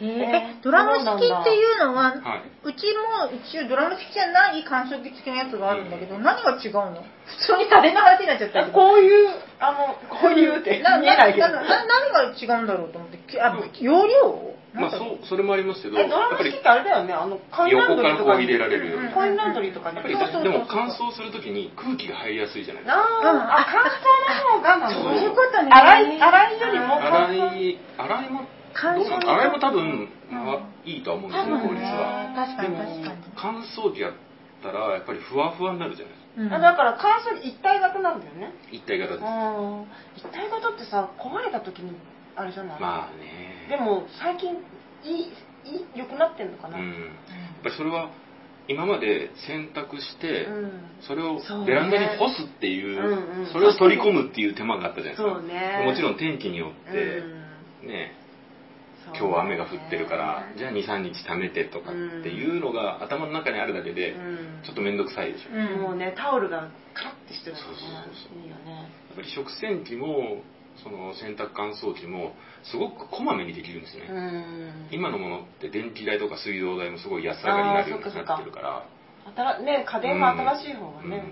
[SPEAKER 1] へ
[SPEAKER 2] ね
[SPEAKER 1] えドラム式っていうのは、
[SPEAKER 3] はいう
[SPEAKER 1] ちも一応ドラム式じゃない乾燥機付きのやつがあるんだけど、何が違うの普通にタレの話になっちゃったけど。
[SPEAKER 2] こういうあのこういうって見え
[SPEAKER 1] な
[SPEAKER 2] ないけど
[SPEAKER 1] なな何が違うんだろうと思って、きあ容量
[SPEAKER 3] まあ、そう、それもありますけど、や
[SPEAKER 2] え
[SPEAKER 3] っ
[SPEAKER 2] ドラム
[SPEAKER 3] ぱり
[SPEAKER 2] 式っ、てあれだよねあの缶ラン
[SPEAKER 3] 横
[SPEAKER 2] ド
[SPEAKER 3] か
[SPEAKER 2] リー
[SPEAKER 3] ら
[SPEAKER 2] と
[SPEAKER 3] こう
[SPEAKER 2] か
[SPEAKER 3] 入
[SPEAKER 2] に
[SPEAKER 3] れられるように。や
[SPEAKER 2] コインランドリーとかに
[SPEAKER 3] っぱり
[SPEAKER 1] そうそうそう
[SPEAKER 3] でも乾燥するときに空気が入りやすいじゃないですか。
[SPEAKER 2] あー、
[SPEAKER 1] うん
[SPEAKER 2] あ乾燥の方がなの
[SPEAKER 1] そういうことね。
[SPEAKER 2] 洗い洗いよりも
[SPEAKER 3] 洗い、洗いも、
[SPEAKER 1] 乾
[SPEAKER 3] どうな
[SPEAKER 1] 燥
[SPEAKER 3] の洗いも多分、まあ、いいとは思うんです
[SPEAKER 1] 多
[SPEAKER 3] よ、効
[SPEAKER 1] 分
[SPEAKER 3] 率
[SPEAKER 1] ね
[SPEAKER 3] は。
[SPEAKER 1] 確か
[SPEAKER 3] で
[SPEAKER 1] に
[SPEAKER 3] も
[SPEAKER 1] 確かに。
[SPEAKER 3] 乾燥機やったらやっぱりふわふわになるじゃないですか
[SPEAKER 1] うん
[SPEAKER 2] あだから乾燥一体型なんだよね
[SPEAKER 3] 一体型
[SPEAKER 2] う
[SPEAKER 3] です、
[SPEAKER 2] ん一体型ってさ壊れた時にあれじゃない、
[SPEAKER 3] まあ
[SPEAKER 2] で
[SPEAKER 3] ね
[SPEAKER 2] も最近いいいい良くなってんのか
[SPEAKER 3] う
[SPEAKER 2] な、
[SPEAKER 3] んやっぱりそれは今まで洗濯して、
[SPEAKER 2] うん
[SPEAKER 3] それを
[SPEAKER 2] そうね
[SPEAKER 3] ベランダに干すっていうそ
[SPEAKER 2] うんうん
[SPEAKER 3] れを取り込むっていう手間があったじゃないですか
[SPEAKER 2] そうね
[SPEAKER 3] もちろん天気によって、
[SPEAKER 2] うん
[SPEAKER 3] ね
[SPEAKER 2] そうね
[SPEAKER 3] 今日は雨が降ってるから、じゃあ23日溜めてとかっていうのが頭の中にあるだけで、
[SPEAKER 2] うん
[SPEAKER 3] ちょっと面倒くさいでしょ、
[SPEAKER 1] う
[SPEAKER 3] やっ
[SPEAKER 1] ん
[SPEAKER 2] もうねタオルがカラッてしてるのがね
[SPEAKER 3] そうそうそうそう
[SPEAKER 2] いいよね
[SPEAKER 3] ぱり食洗機もその洗濯乾燥機もすごくこまめにできるんですね、
[SPEAKER 2] うん
[SPEAKER 3] 今のものって電気代とか水道代もすごい安上がりになるようになってるから
[SPEAKER 2] 新ね家電も新しい方がね、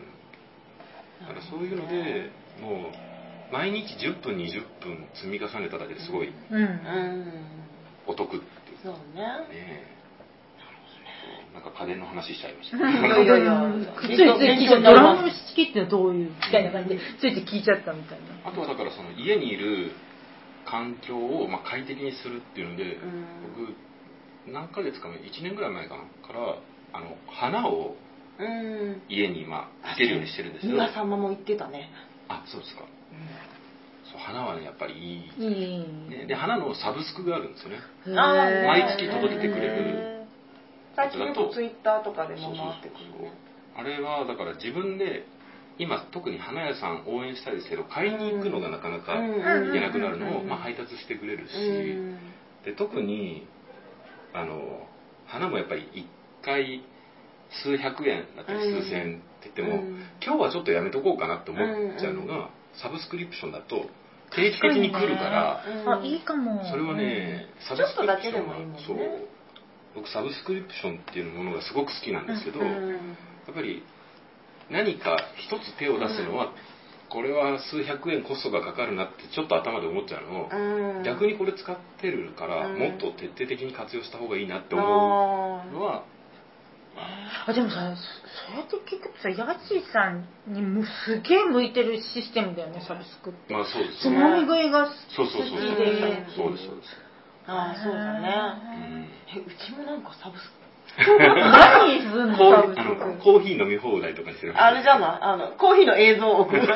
[SPEAKER 3] うんだからそういうのでもう毎日10分20分積み重ねただけですごい
[SPEAKER 1] うん。
[SPEAKER 2] う
[SPEAKER 1] うん
[SPEAKER 2] ん
[SPEAKER 3] お得って
[SPEAKER 2] そう
[SPEAKER 3] いう
[SPEAKER 2] ね
[SPEAKER 3] ねなんか家電の話しちゃい ました
[SPEAKER 2] やいやいや
[SPEAKER 1] ついつい聞いちゃったドラム式ってどういうみたいな感じで、ついつい聞いちゃったみたいな。
[SPEAKER 3] あとはだからその家にいる環境をまあ快適にするっていうので
[SPEAKER 2] うん
[SPEAKER 3] 僕何ヶ月か前1年ぐらい前かなからあの花を
[SPEAKER 2] うん
[SPEAKER 3] 家に今生けるようにしてるんですけど
[SPEAKER 2] 今さんまも言ってたね、
[SPEAKER 3] あそうですか
[SPEAKER 2] う
[SPEAKER 3] そう花はねやっぱりい
[SPEAKER 1] いい。
[SPEAKER 3] い、ね、で花のサブスクがあるんですよね
[SPEAKER 1] へー
[SPEAKER 2] んあー
[SPEAKER 3] 毎月届けてくれる
[SPEAKER 2] 最近よくツイッターとかで
[SPEAKER 3] そ
[SPEAKER 2] も
[SPEAKER 3] うそう
[SPEAKER 2] 回ってくるね
[SPEAKER 3] あれはだから自分で今特に花屋さん応援したいですけど買いに行くのがなかなか
[SPEAKER 2] うん
[SPEAKER 1] うん
[SPEAKER 3] 行けなくなるのを
[SPEAKER 2] うん
[SPEAKER 3] まあ配達してくれるし
[SPEAKER 2] うん
[SPEAKER 3] で特にあの花もやっぱり1回数百円だったり
[SPEAKER 2] うん
[SPEAKER 3] 数千円って言っても
[SPEAKER 2] うん
[SPEAKER 3] 今日はちょっとやめとこうかなって思っちゃうの
[SPEAKER 2] う
[SPEAKER 3] がサブスクリプションだと定期的に来るから
[SPEAKER 2] うん
[SPEAKER 1] あ、いいかも。
[SPEAKER 3] それはね、サ
[SPEAKER 2] ちょっとだけで
[SPEAKER 3] が
[SPEAKER 2] もいいもんね
[SPEAKER 3] そう僕サブスクリプションっていうものがすごく好きなんですけど、
[SPEAKER 2] う
[SPEAKER 3] や
[SPEAKER 2] ん
[SPEAKER 3] っぱり何か一つ手を出すのは、これは数百円コストがかかるなってちょっと頭で思っちゃうのを、
[SPEAKER 2] うん
[SPEAKER 3] 逆にこれ使ってるから、
[SPEAKER 2] うん
[SPEAKER 3] もっと徹底的に活用した方がいいなって思
[SPEAKER 2] あ
[SPEAKER 3] うのは、
[SPEAKER 1] あでもさ、そそうやって聞くとさ、ヤシさんにもすげえ向いてるシステムだよね、サブスクって。
[SPEAKER 3] まあそうです
[SPEAKER 1] つ
[SPEAKER 3] ね、
[SPEAKER 1] まみ食いが好き
[SPEAKER 3] そうそうそうそう
[SPEAKER 1] で。
[SPEAKER 3] そうですそうです、
[SPEAKER 2] ーあーそうだね
[SPEAKER 3] うん
[SPEAKER 2] えうちもなんかサブス
[SPEAKER 1] 何すんの、
[SPEAKER 3] コ
[SPEAKER 1] サ
[SPEAKER 3] ー
[SPEAKER 1] ブ
[SPEAKER 3] ヒーあの
[SPEAKER 1] スク。
[SPEAKER 3] コーヒー飲み放題とかにする
[SPEAKER 2] クあれじゃないあのコーヒーの映像を送る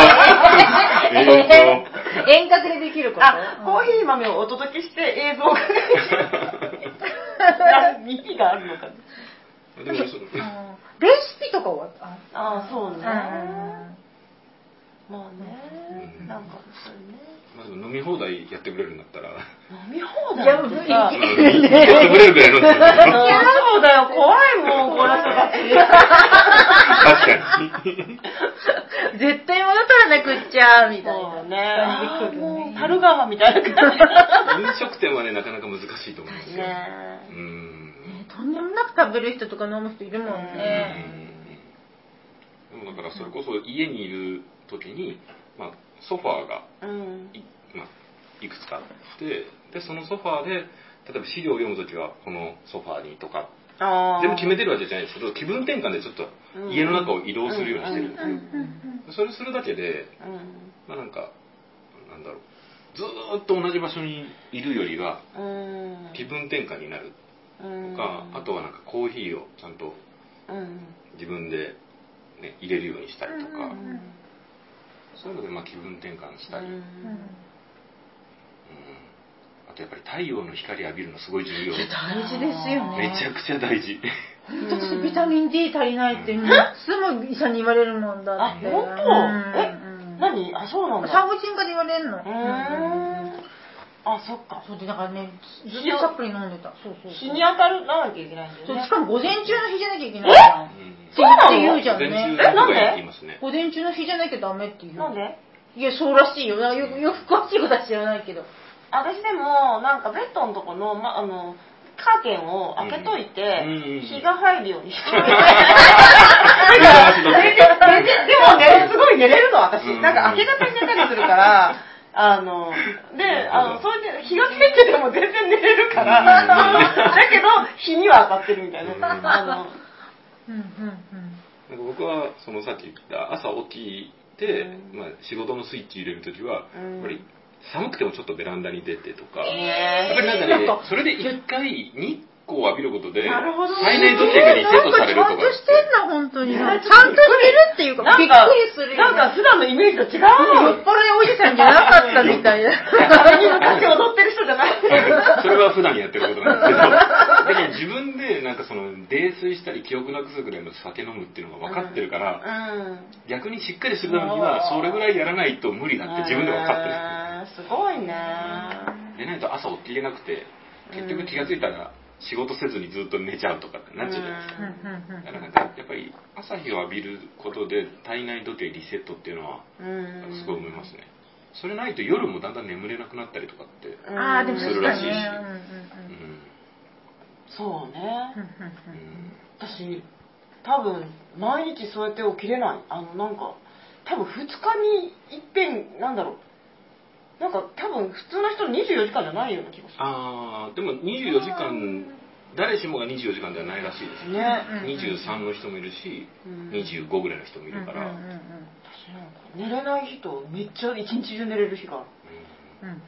[SPEAKER 3] えーと
[SPEAKER 1] 遠隔でできること
[SPEAKER 2] あコー
[SPEAKER 1] ー
[SPEAKER 2] ヒー豆をお 届けして映像が何耳があるのかな
[SPEAKER 3] でもそ
[SPEAKER 1] あのレシピとかはあ
[SPEAKER 2] ああそうね、
[SPEAKER 1] うん
[SPEAKER 2] まあね、
[SPEAKER 3] うん
[SPEAKER 2] なんかそうね
[SPEAKER 3] まあ、でも飲み放題やってくれるんだったら、
[SPEAKER 2] 飲み放
[SPEAKER 1] いや
[SPEAKER 2] 題
[SPEAKER 1] 無
[SPEAKER 2] って
[SPEAKER 1] 理
[SPEAKER 2] さ
[SPEAKER 3] やってくれるぐらいの
[SPEAKER 2] あーそうだよ怖いもんこの人 たち
[SPEAKER 3] 確かに。
[SPEAKER 1] 絶対戻ったらなくっちゃみたいな
[SPEAKER 2] あ
[SPEAKER 1] 感じ
[SPEAKER 2] ー
[SPEAKER 1] くる
[SPEAKER 2] もう
[SPEAKER 1] ね
[SPEAKER 2] 樽川みたいな感
[SPEAKER 3] 飲食店はね、なかなか難しいと思います
[SPEAKER 2] じ
[SPEAKER 3] よ。
[SPEAKER 2] ね
[SPEAKER 3] うーん。
[SPEAKER 1] ねとんでもなく食べる人とか飲む人いるもんね、
[SPEAKER 3] うんでもだからそれこそ家にいる時に、まあ、ソファーが
[SPEAKER 2] うん
[SPEAKER 3] い,、まあ、いくつかあってでそのソファーで例えば資料を読む時はこのソファーにとか
[SPEAKER 2] あー
[SPEAKER 3] 全部決めてるわけじゃないですけど気分転換でちょっと家の中を移動するようにしてるんですよ
[SPEAKER 2] うん
[SPEAKER 1] うんうん
[SPEAKER 3] それするだけで、まあ、なんかなんだろうずーっと同じ場所にいるよりは
[SPEAKER 2] うんうん
[SPEAKER 3] 気分転換になると
[SPEAKER 2] と
[SPEAKER 3] か、あとはなんかコーヒーをちゃんと
[SPEAKER 2] うん
[SPEAKER 3] 自分で、ね、入れるようにしたりと
[SPEAKER 1] う
[SPEAKER 3] か、
[SPEAKER 2] うん
[SPEAKER 1] ん
[SPEAKER 3] そういうのでまあ気分転換したり、うん
[SPEAKER 1] うん
[SPEAKER 3] あとやっぱり太陽の光浴びるのすごい重要め
[SPEAKER 1] 大事ですよね
[SPEAKER 3] ちゃくちゃ大事
[SPEAKER 1] 私ビタミン D 足りないっていつも医者に言われるもんだって
[SPEAKER 2] あ本当え
[SPEAKER 1] うん
[SPEAKER 2] 何あそうなんだ
[SPEAKER 1] 産婦人科で言われるの
[SPEAKER 2] うーんあそっか
[SPEAKER 1] そうでだからねずっとサプリ飲んでたそうそうそう
[SPEAKER 2] 日に当たるなきゃいけないんだよ
[SPEAKER 1] そう
[SPEAKER 2] ね
[SPEAKER 1] しかも午前中の日じゃなきゃいけないじゃん
[SPEAKER 3] うん
[SPEAKER 2] そうなの
[SPEAKER 1] って言うじゃん
[SPEAKER 3] 午前
[SPEAKER 1] ね
[SPEAKER 3] 中
[SPEAKER 2] えなんで
[SPEAKER 3] が言いますね
[SPEAKER 1] 午前中の日じゃなきゃダメっていう
[SPEAKER 2] なんで
[SPEAKER 1] いやそうらしいよなよくよく詳しいことは知らないけど
[SPEAKER 2] 私でもなんかベッドのとこの,、ま、あのカーテンを開けといて、
[SPEAKER 3] うんうんうん
[SPEAKER 2] 日が入るようにしてる
[SPEAKER 3] 幸せだ
[SPEAKER 2] 全然全然でもねすごい寝れるの私
[SPEAKER 3] うん
[SPEAKER 2] なんか明け方に寝たりするからあのであのそれで日が照ってても全然寝れるから
[SPEAKER 3] うんうんうん
[SPEAKER 2] だけど日には当たってるみたいな
[SPEAKER 3] うんうん
[SPEAKER 2] あの
[SPEAKER 1] うんうんうん
[SPEAKER 3] なんか僕はそのさっき言った朝起きて、
[SPEAKER 2] うん
[SPEAKER 3] まあ、仕事のスイッチ入れる時は、
[SPEAKER 2] うん
[SPEAKER 3] やっぱり寒くてもちょっとベランダに出てとか、
[SPEAKER 2] えー
[SPEAKER 3] やっぱ
[SPEAKER 1] なん
[SPEAKER 3] りなんかね
[SPEAKER 1] か
[SPEAKER 3] それで一回日光を浴びることで
[SPEAKER 2] なるほどね
[SPEAKER 3] 体内時計がリセットされると
[SPEAKER 1] な
[SPEAKER 3] か
[SPEAKER 1] んかちゃんとしてんな本当にち
[SPEAKER 2] いや
[SPEAKER 1] ゃんとしてるっていうか
[SPEAKER 2] な
[SPEAKER 1] びっ
[SPEAKER 2] んか
[SPEAKER 1] くりするよね
[SPEAKER 2] なんか普段のイメージと違う
[SPEAKER 1] 酔っ払いおじさんじゃなかったみたいな
[SPEAKER 2] あれに向かって踊ってる人じゃない
[SPEAKER 3] それは普段やってることなんですけど、だけど自分でなんかその泥酔したり記憶なくすぐらいの酒飲むっていうのが分かってるから、
[SPEAKER 2] うん
[SPEAKER 3] 逆にしっかりするためにはそれぐらいやらないと無理だって自分で分かって
[SPEAKER 2] あーすごいね
[SPEAKER 3] る。でないと朝起きれなくて、結局気がついたら仕事せずにずっと寝ちゃうとかってなっちゃうじゃないです
[SPEAKER 1] うんうんうん
[SPEAKER 3] か。だからなんかやっぱり朝日を浴びることで体内時計リセットっていうのは
[SPEAKER 2] うん
[SPEAKER 3] すごい思いますね。それないと夜もだんだん眠れなくなったりとかって。
[SPEAKER 2] うん
[SPEAKER 1] ああでも
[SPEAKER 3] す
[SPEAKER 1] 確
[SPEAKER 3] る
[SPEAKER 1] からに
[SPEAKER 3] しいし
[SPEAKER 1] ね
[SPEAKER 3] うん
[SPEAKER 2] そう
[SPEAKER 1] うんうん
[SPEAKER 2] ね
[SPEAKER 1] うんうん
[SPEAKER 2] 私多分毎日そうやって起きれないあのなんか多分2日にいっぺんなんだろうなんか多分普通の人の24時間じゃないような気がす
[SPEAKER 3] ああでも24時間誰しもが24時間ではないらしいです
[SPEAKER 2] る
[SPEAKER 3] ね
[SPEAKER 2] ね
[SPEAKER 1] うん
[SPEAKER 3] 23の人もいるし
[SPEAKER 2] うん
[SPEAKER 3] 25ぐらいの人もいるから、
[SPEAKER 1] うんうんうん
[SPEAKER 2] 私なんか寝れない人めっちゃ一日中寝れる日がある
[SPEAKER 3] うん
[SPEAKER 1] うんうん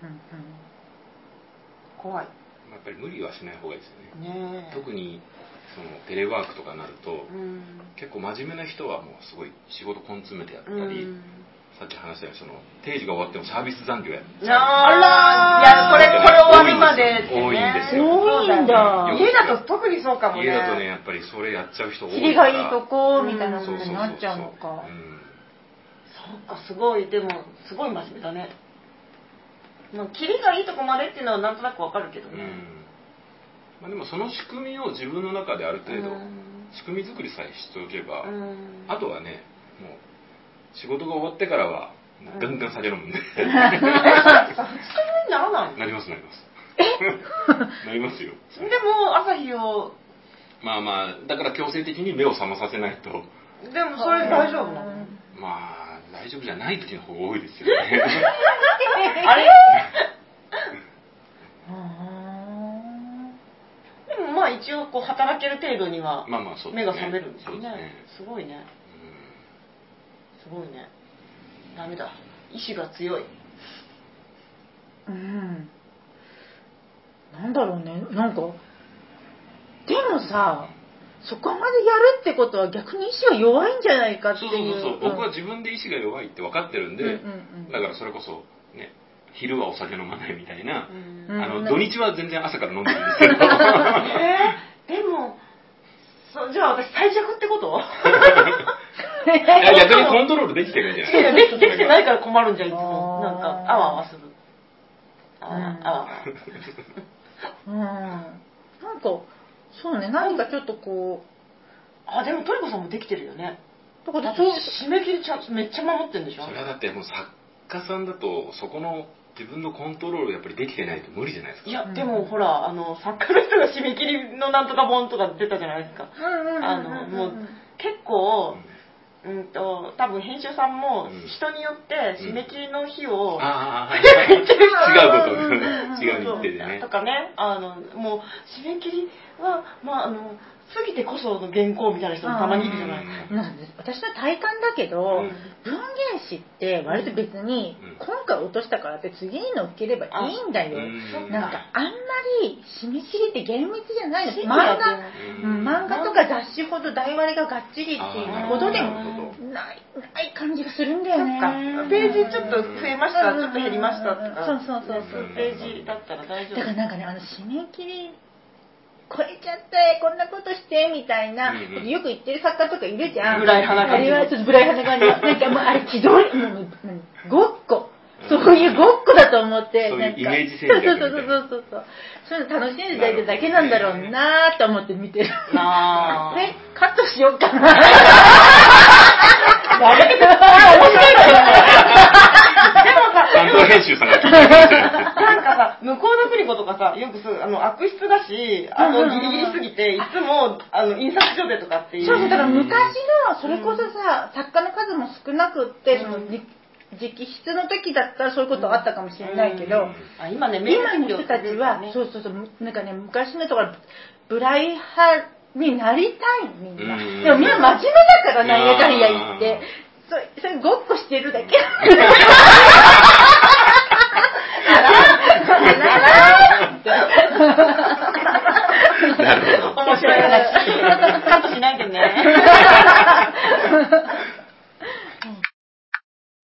[SPEAKER 2] 怖い
[SPEAKER 3] やっぱり無理はしない方がいいですよね
[SPEAKER 2] ねえ
[SPEAKER 3] 特にそのテレワークとかになると
[SPEAKER 2] うん
[SPEAKER 3] 結構真面目な人はもうすごい仕事根詰めてやった
[SPEAKER 2] う
[SPEAKER 3] り、
[SPEAKER 2] ん
[SPEAKER 3] さっき話したようにその定時が終わってもサービス残業やる
[SPEAKER 2] あらーいやこれこれ終わるまでってね
[SPEAKER 3] 多いんですよ
[SPEAKER 1] 多いん
[SPEAKER 3] 多
[SPEAKER 1] だ
[SPEAKER 3] いんですよ
[SPEAKER 2] 家だと特にそうかもね
[SPEAKER 3] 家だとねやっぱりそれやっちゃう人多いから
[SPEAKER 1] キリがいいとこみたいな
[SPEAKER 3] そう
[SPEAKER 1] こと
[SPEAKER 3] そうそうそう
[SPEAKER 1] になっちゃうのか
[SPEAKER 3] うん
[SPEAKER 2] そっかすごいでもすごい真面目だねまあキリがいいとこまでっていうのはなんとなくわかるけど
[SPEAKER 3] う
[SPEAKER 2] ね、
[SPEAKER 3] んまあ、でもその仕組みを自分の中である程度
[SPEAKER 2] うん
[SPEAKER 3] 仕組み作りさえしておけば、
[SPEAKER 2] うん
[SPEAKER 3] あとはねもう仕事が終わってからは
[SPEAKER 2] ん
[SPEAKER 3] ガンガン酒飲 むんで
[SPEAKER 2] えさ普通にならない
[SPEAKER 3] なりますなります なりますよ
[SPEAKER 2] でも朝日を
[SPEAKER 3] まあまあだから強制的に目を覚まさせないと
[SPEAKER 2] でもそれ大丈夫なの
[SPEAKER 3] まあ大丈夫じゃない時の方が多いですよね
[SPEAKER 2] あれ
[SPEAKER 1] うん
[SPEAKER 2] でもまあ一応こう働ける程度には
[SPEAKER 3] まあまあそうで
[SPEAKER 2] 目
[SPEAKER 3] すね
[SPEAKER 2] が覚めるんですよ
[SPEAKER 3] そう
[SPEAKER 2] ね,、
[SPEAKER 3] です
[SPEAKER 2] す
[SPEAKER 3] ね
[SPEAKER 2] ごいねすごいねダメだ意志が強い
[SPEAKER 1] うんなんだろうねなんかでもさそこまでやるってことは逆に意志が弱いんじゃないか
[SPEAKER 3] う
[SPEAKER 1] っ
[SPEAKER 3] ん
[SPEAKER 1] て
[SPEAKER 3] そ
[SPEAKER 1] いう
[SPEAKER 3] そうそうそう、
[SPEAKER 1] ん
[SPEAKER 3] 僕は自分で意志が弱いって分かってるんで、
[SPEAKER 1] うんうんうん
[SPEAKER 3] だからそれこそね昼はお酒飲まないみたいな、
[SPEAKER 2] うん
[SPEAKER 1] うん
[SPEAKER 3] あの
[SPEAKER 1] うん
[SPEAKER 3] 土日は全然朝から飲んでるんですけど
[SPEAKER 2] えーでもそじゃあ私最弱ってこと
[SPEAKER 3] いや逆にコントロールできてるんじゃ
[SPEAKER 2] いや
[SPEAKER 3] ない
[SPEAKER 2] できできてないから困るんじゃんいつも
[SPEAKER 1] あ
[SPEAKER 2] な
[SPEAKER 1] ー
[SPEAKER 2] んかあわあわするあわあ
[SPEAKER 1] うん
[SPEAKER 2] わ
[SPEAKER 1] うんなんかそうね何かちょっとこ
[SPEAKER 2] あわあでもトリコさんもできてるよね
[SPEAKER 1] うと
[SPEAKER 2] だ
[SPEAKER 1] かで
[SPEAKER 2] って
[SPEAKER 1] そう
[SPEAKER 2] 締め切りちゃんめっちゃ守ってるんでしょ
[SPEAKER 3] それはだってもう作家さんだとそこの自分のコントロールやっぱりできてないと無理じゃないですか
[SPEAKER 2] いや
[SPEAKER 1] うん
[SPEAKER 2] でもほらあの作家の人が締め切りのなんとか本とか出たじゃないですか
[SPEAKER 1] うんうんうんうんうん
[SPEAKER 2] あのもう結構
[SPEAKER 3] うん
[SPEAKER 2] うんと多分編集さんも
[SPEAKER 3] うん
[SPEAKER 2] 人によって締め切りの日を、
[SPEAKER 3] ああ、違うこと
[SPEAKER 1] うんうんうん
[SPEAKER 3] 違う日
[SPEAKER 2] そう
[SPEAKER 3] 程でね
[SPEAKER 2] と。かねあのもう締め切りは、まあ、あの過ぎてこその原稿みたいな人もたまにいるじゃないですか。
[SPEAKER 1] なんです私の体感だけど、
[SPEAKER 3] うん
[SPEAKER 1] 文芸誌って割と別に、
[SPEAKER 3] うん
[SPEAKER 1] 今回落としたからって次にのっければいいんだよ、
[SPEAKER 3] うん
[SPEAKER 1] なんかあんまり締め切りって厳密じゃないの
[SPEAKER 2] シ
[SPEAKER 1] 漫
[SPEAKER 2] ンプルだ
[SPEAKER 1] 画
[SPEAKER 2] と
[SPEAKER 1] うん漫画とか雑誌ほど台割りががっちりっていうほどでも
[SPEAKER 3] あーなるほど
[SPEAKER 1] ないない感じがするんだよね
[SPEAKER 2] なんかページちょっと増えました、ちょっと減りましたとか、
[SPEAKER 1] そうそうそうそう
[SPEAKER 3] うん
[SPEAKER 2] ページだったら大丈
[SPEAKER 1] だから
[SPEAKER 2] 夫。
[SPEAKER 1] なんかねあの締め切り超えちゃってこんなことしてみたいな、
[SPEAKER 3] うんうん
[SPEAKER 1] よく言ってる作家とかいるじゃん
[SPEAKER 2] ブライ派な
[SPEAKER 1] あ
[SPEAKER 2] 感じ
[SPEAKER 1] れはちょっとブライ派 な感じなんかもうあれ気取りもう何ごっこそういうごっこだと思って、
[SPEAKER 3] そういう
[SPEAKER 1] なんか
[SPEAKER 3] イメージ戦
[SPEAKER 1] そう
[SPEAKER 3] 略
[SPEAKER 1] そうそうそうそうそうそういうの楽しんでいただいてるだけなんだろうなーと思って見てる
[SPEAKER 2] なあ。
[SPEAKER 1] ね、カットしようかな。
[SPEAKER 2] あれ面白いけどねでもさ、
[SPEAKER 3] 担当編集さんが聞いてくれてる
[SPEAKER 2] なんかさ、向こうの国子とかさ、よくそうあの悪質だし、あ
[SPEAKER 1] うん
[SPEAKER 2] の
[SPEAKER 1] うんうん
[SPEAKER 2] ギリギリすぎて、いつもあの印刷所でとかっていう。
[SPEAKER 1] そうそう、だから
[SPEAKER 3] うん
[SPEAKER 1] 昔の、それこそさ、作家の数も少なくって、その、
[SPEAKER 2] うん
[SPEAKER 1] じ直筆の時だったらそういうことあったかもしれないけど、
[SPEAKER 2] あ今ね、
[SPEAKER 1] 今の人たちは、そうそうそう、なんかね、昔のとか、ブライ派になりたい、みんな。
[SPEAKER 3] うん
[SPEAKER 1] でもみんな真面目だから、なんやかんや言って
[SPEAKER 3] うん。
[SPEAKER 1] それ、それごっこしてるだけ。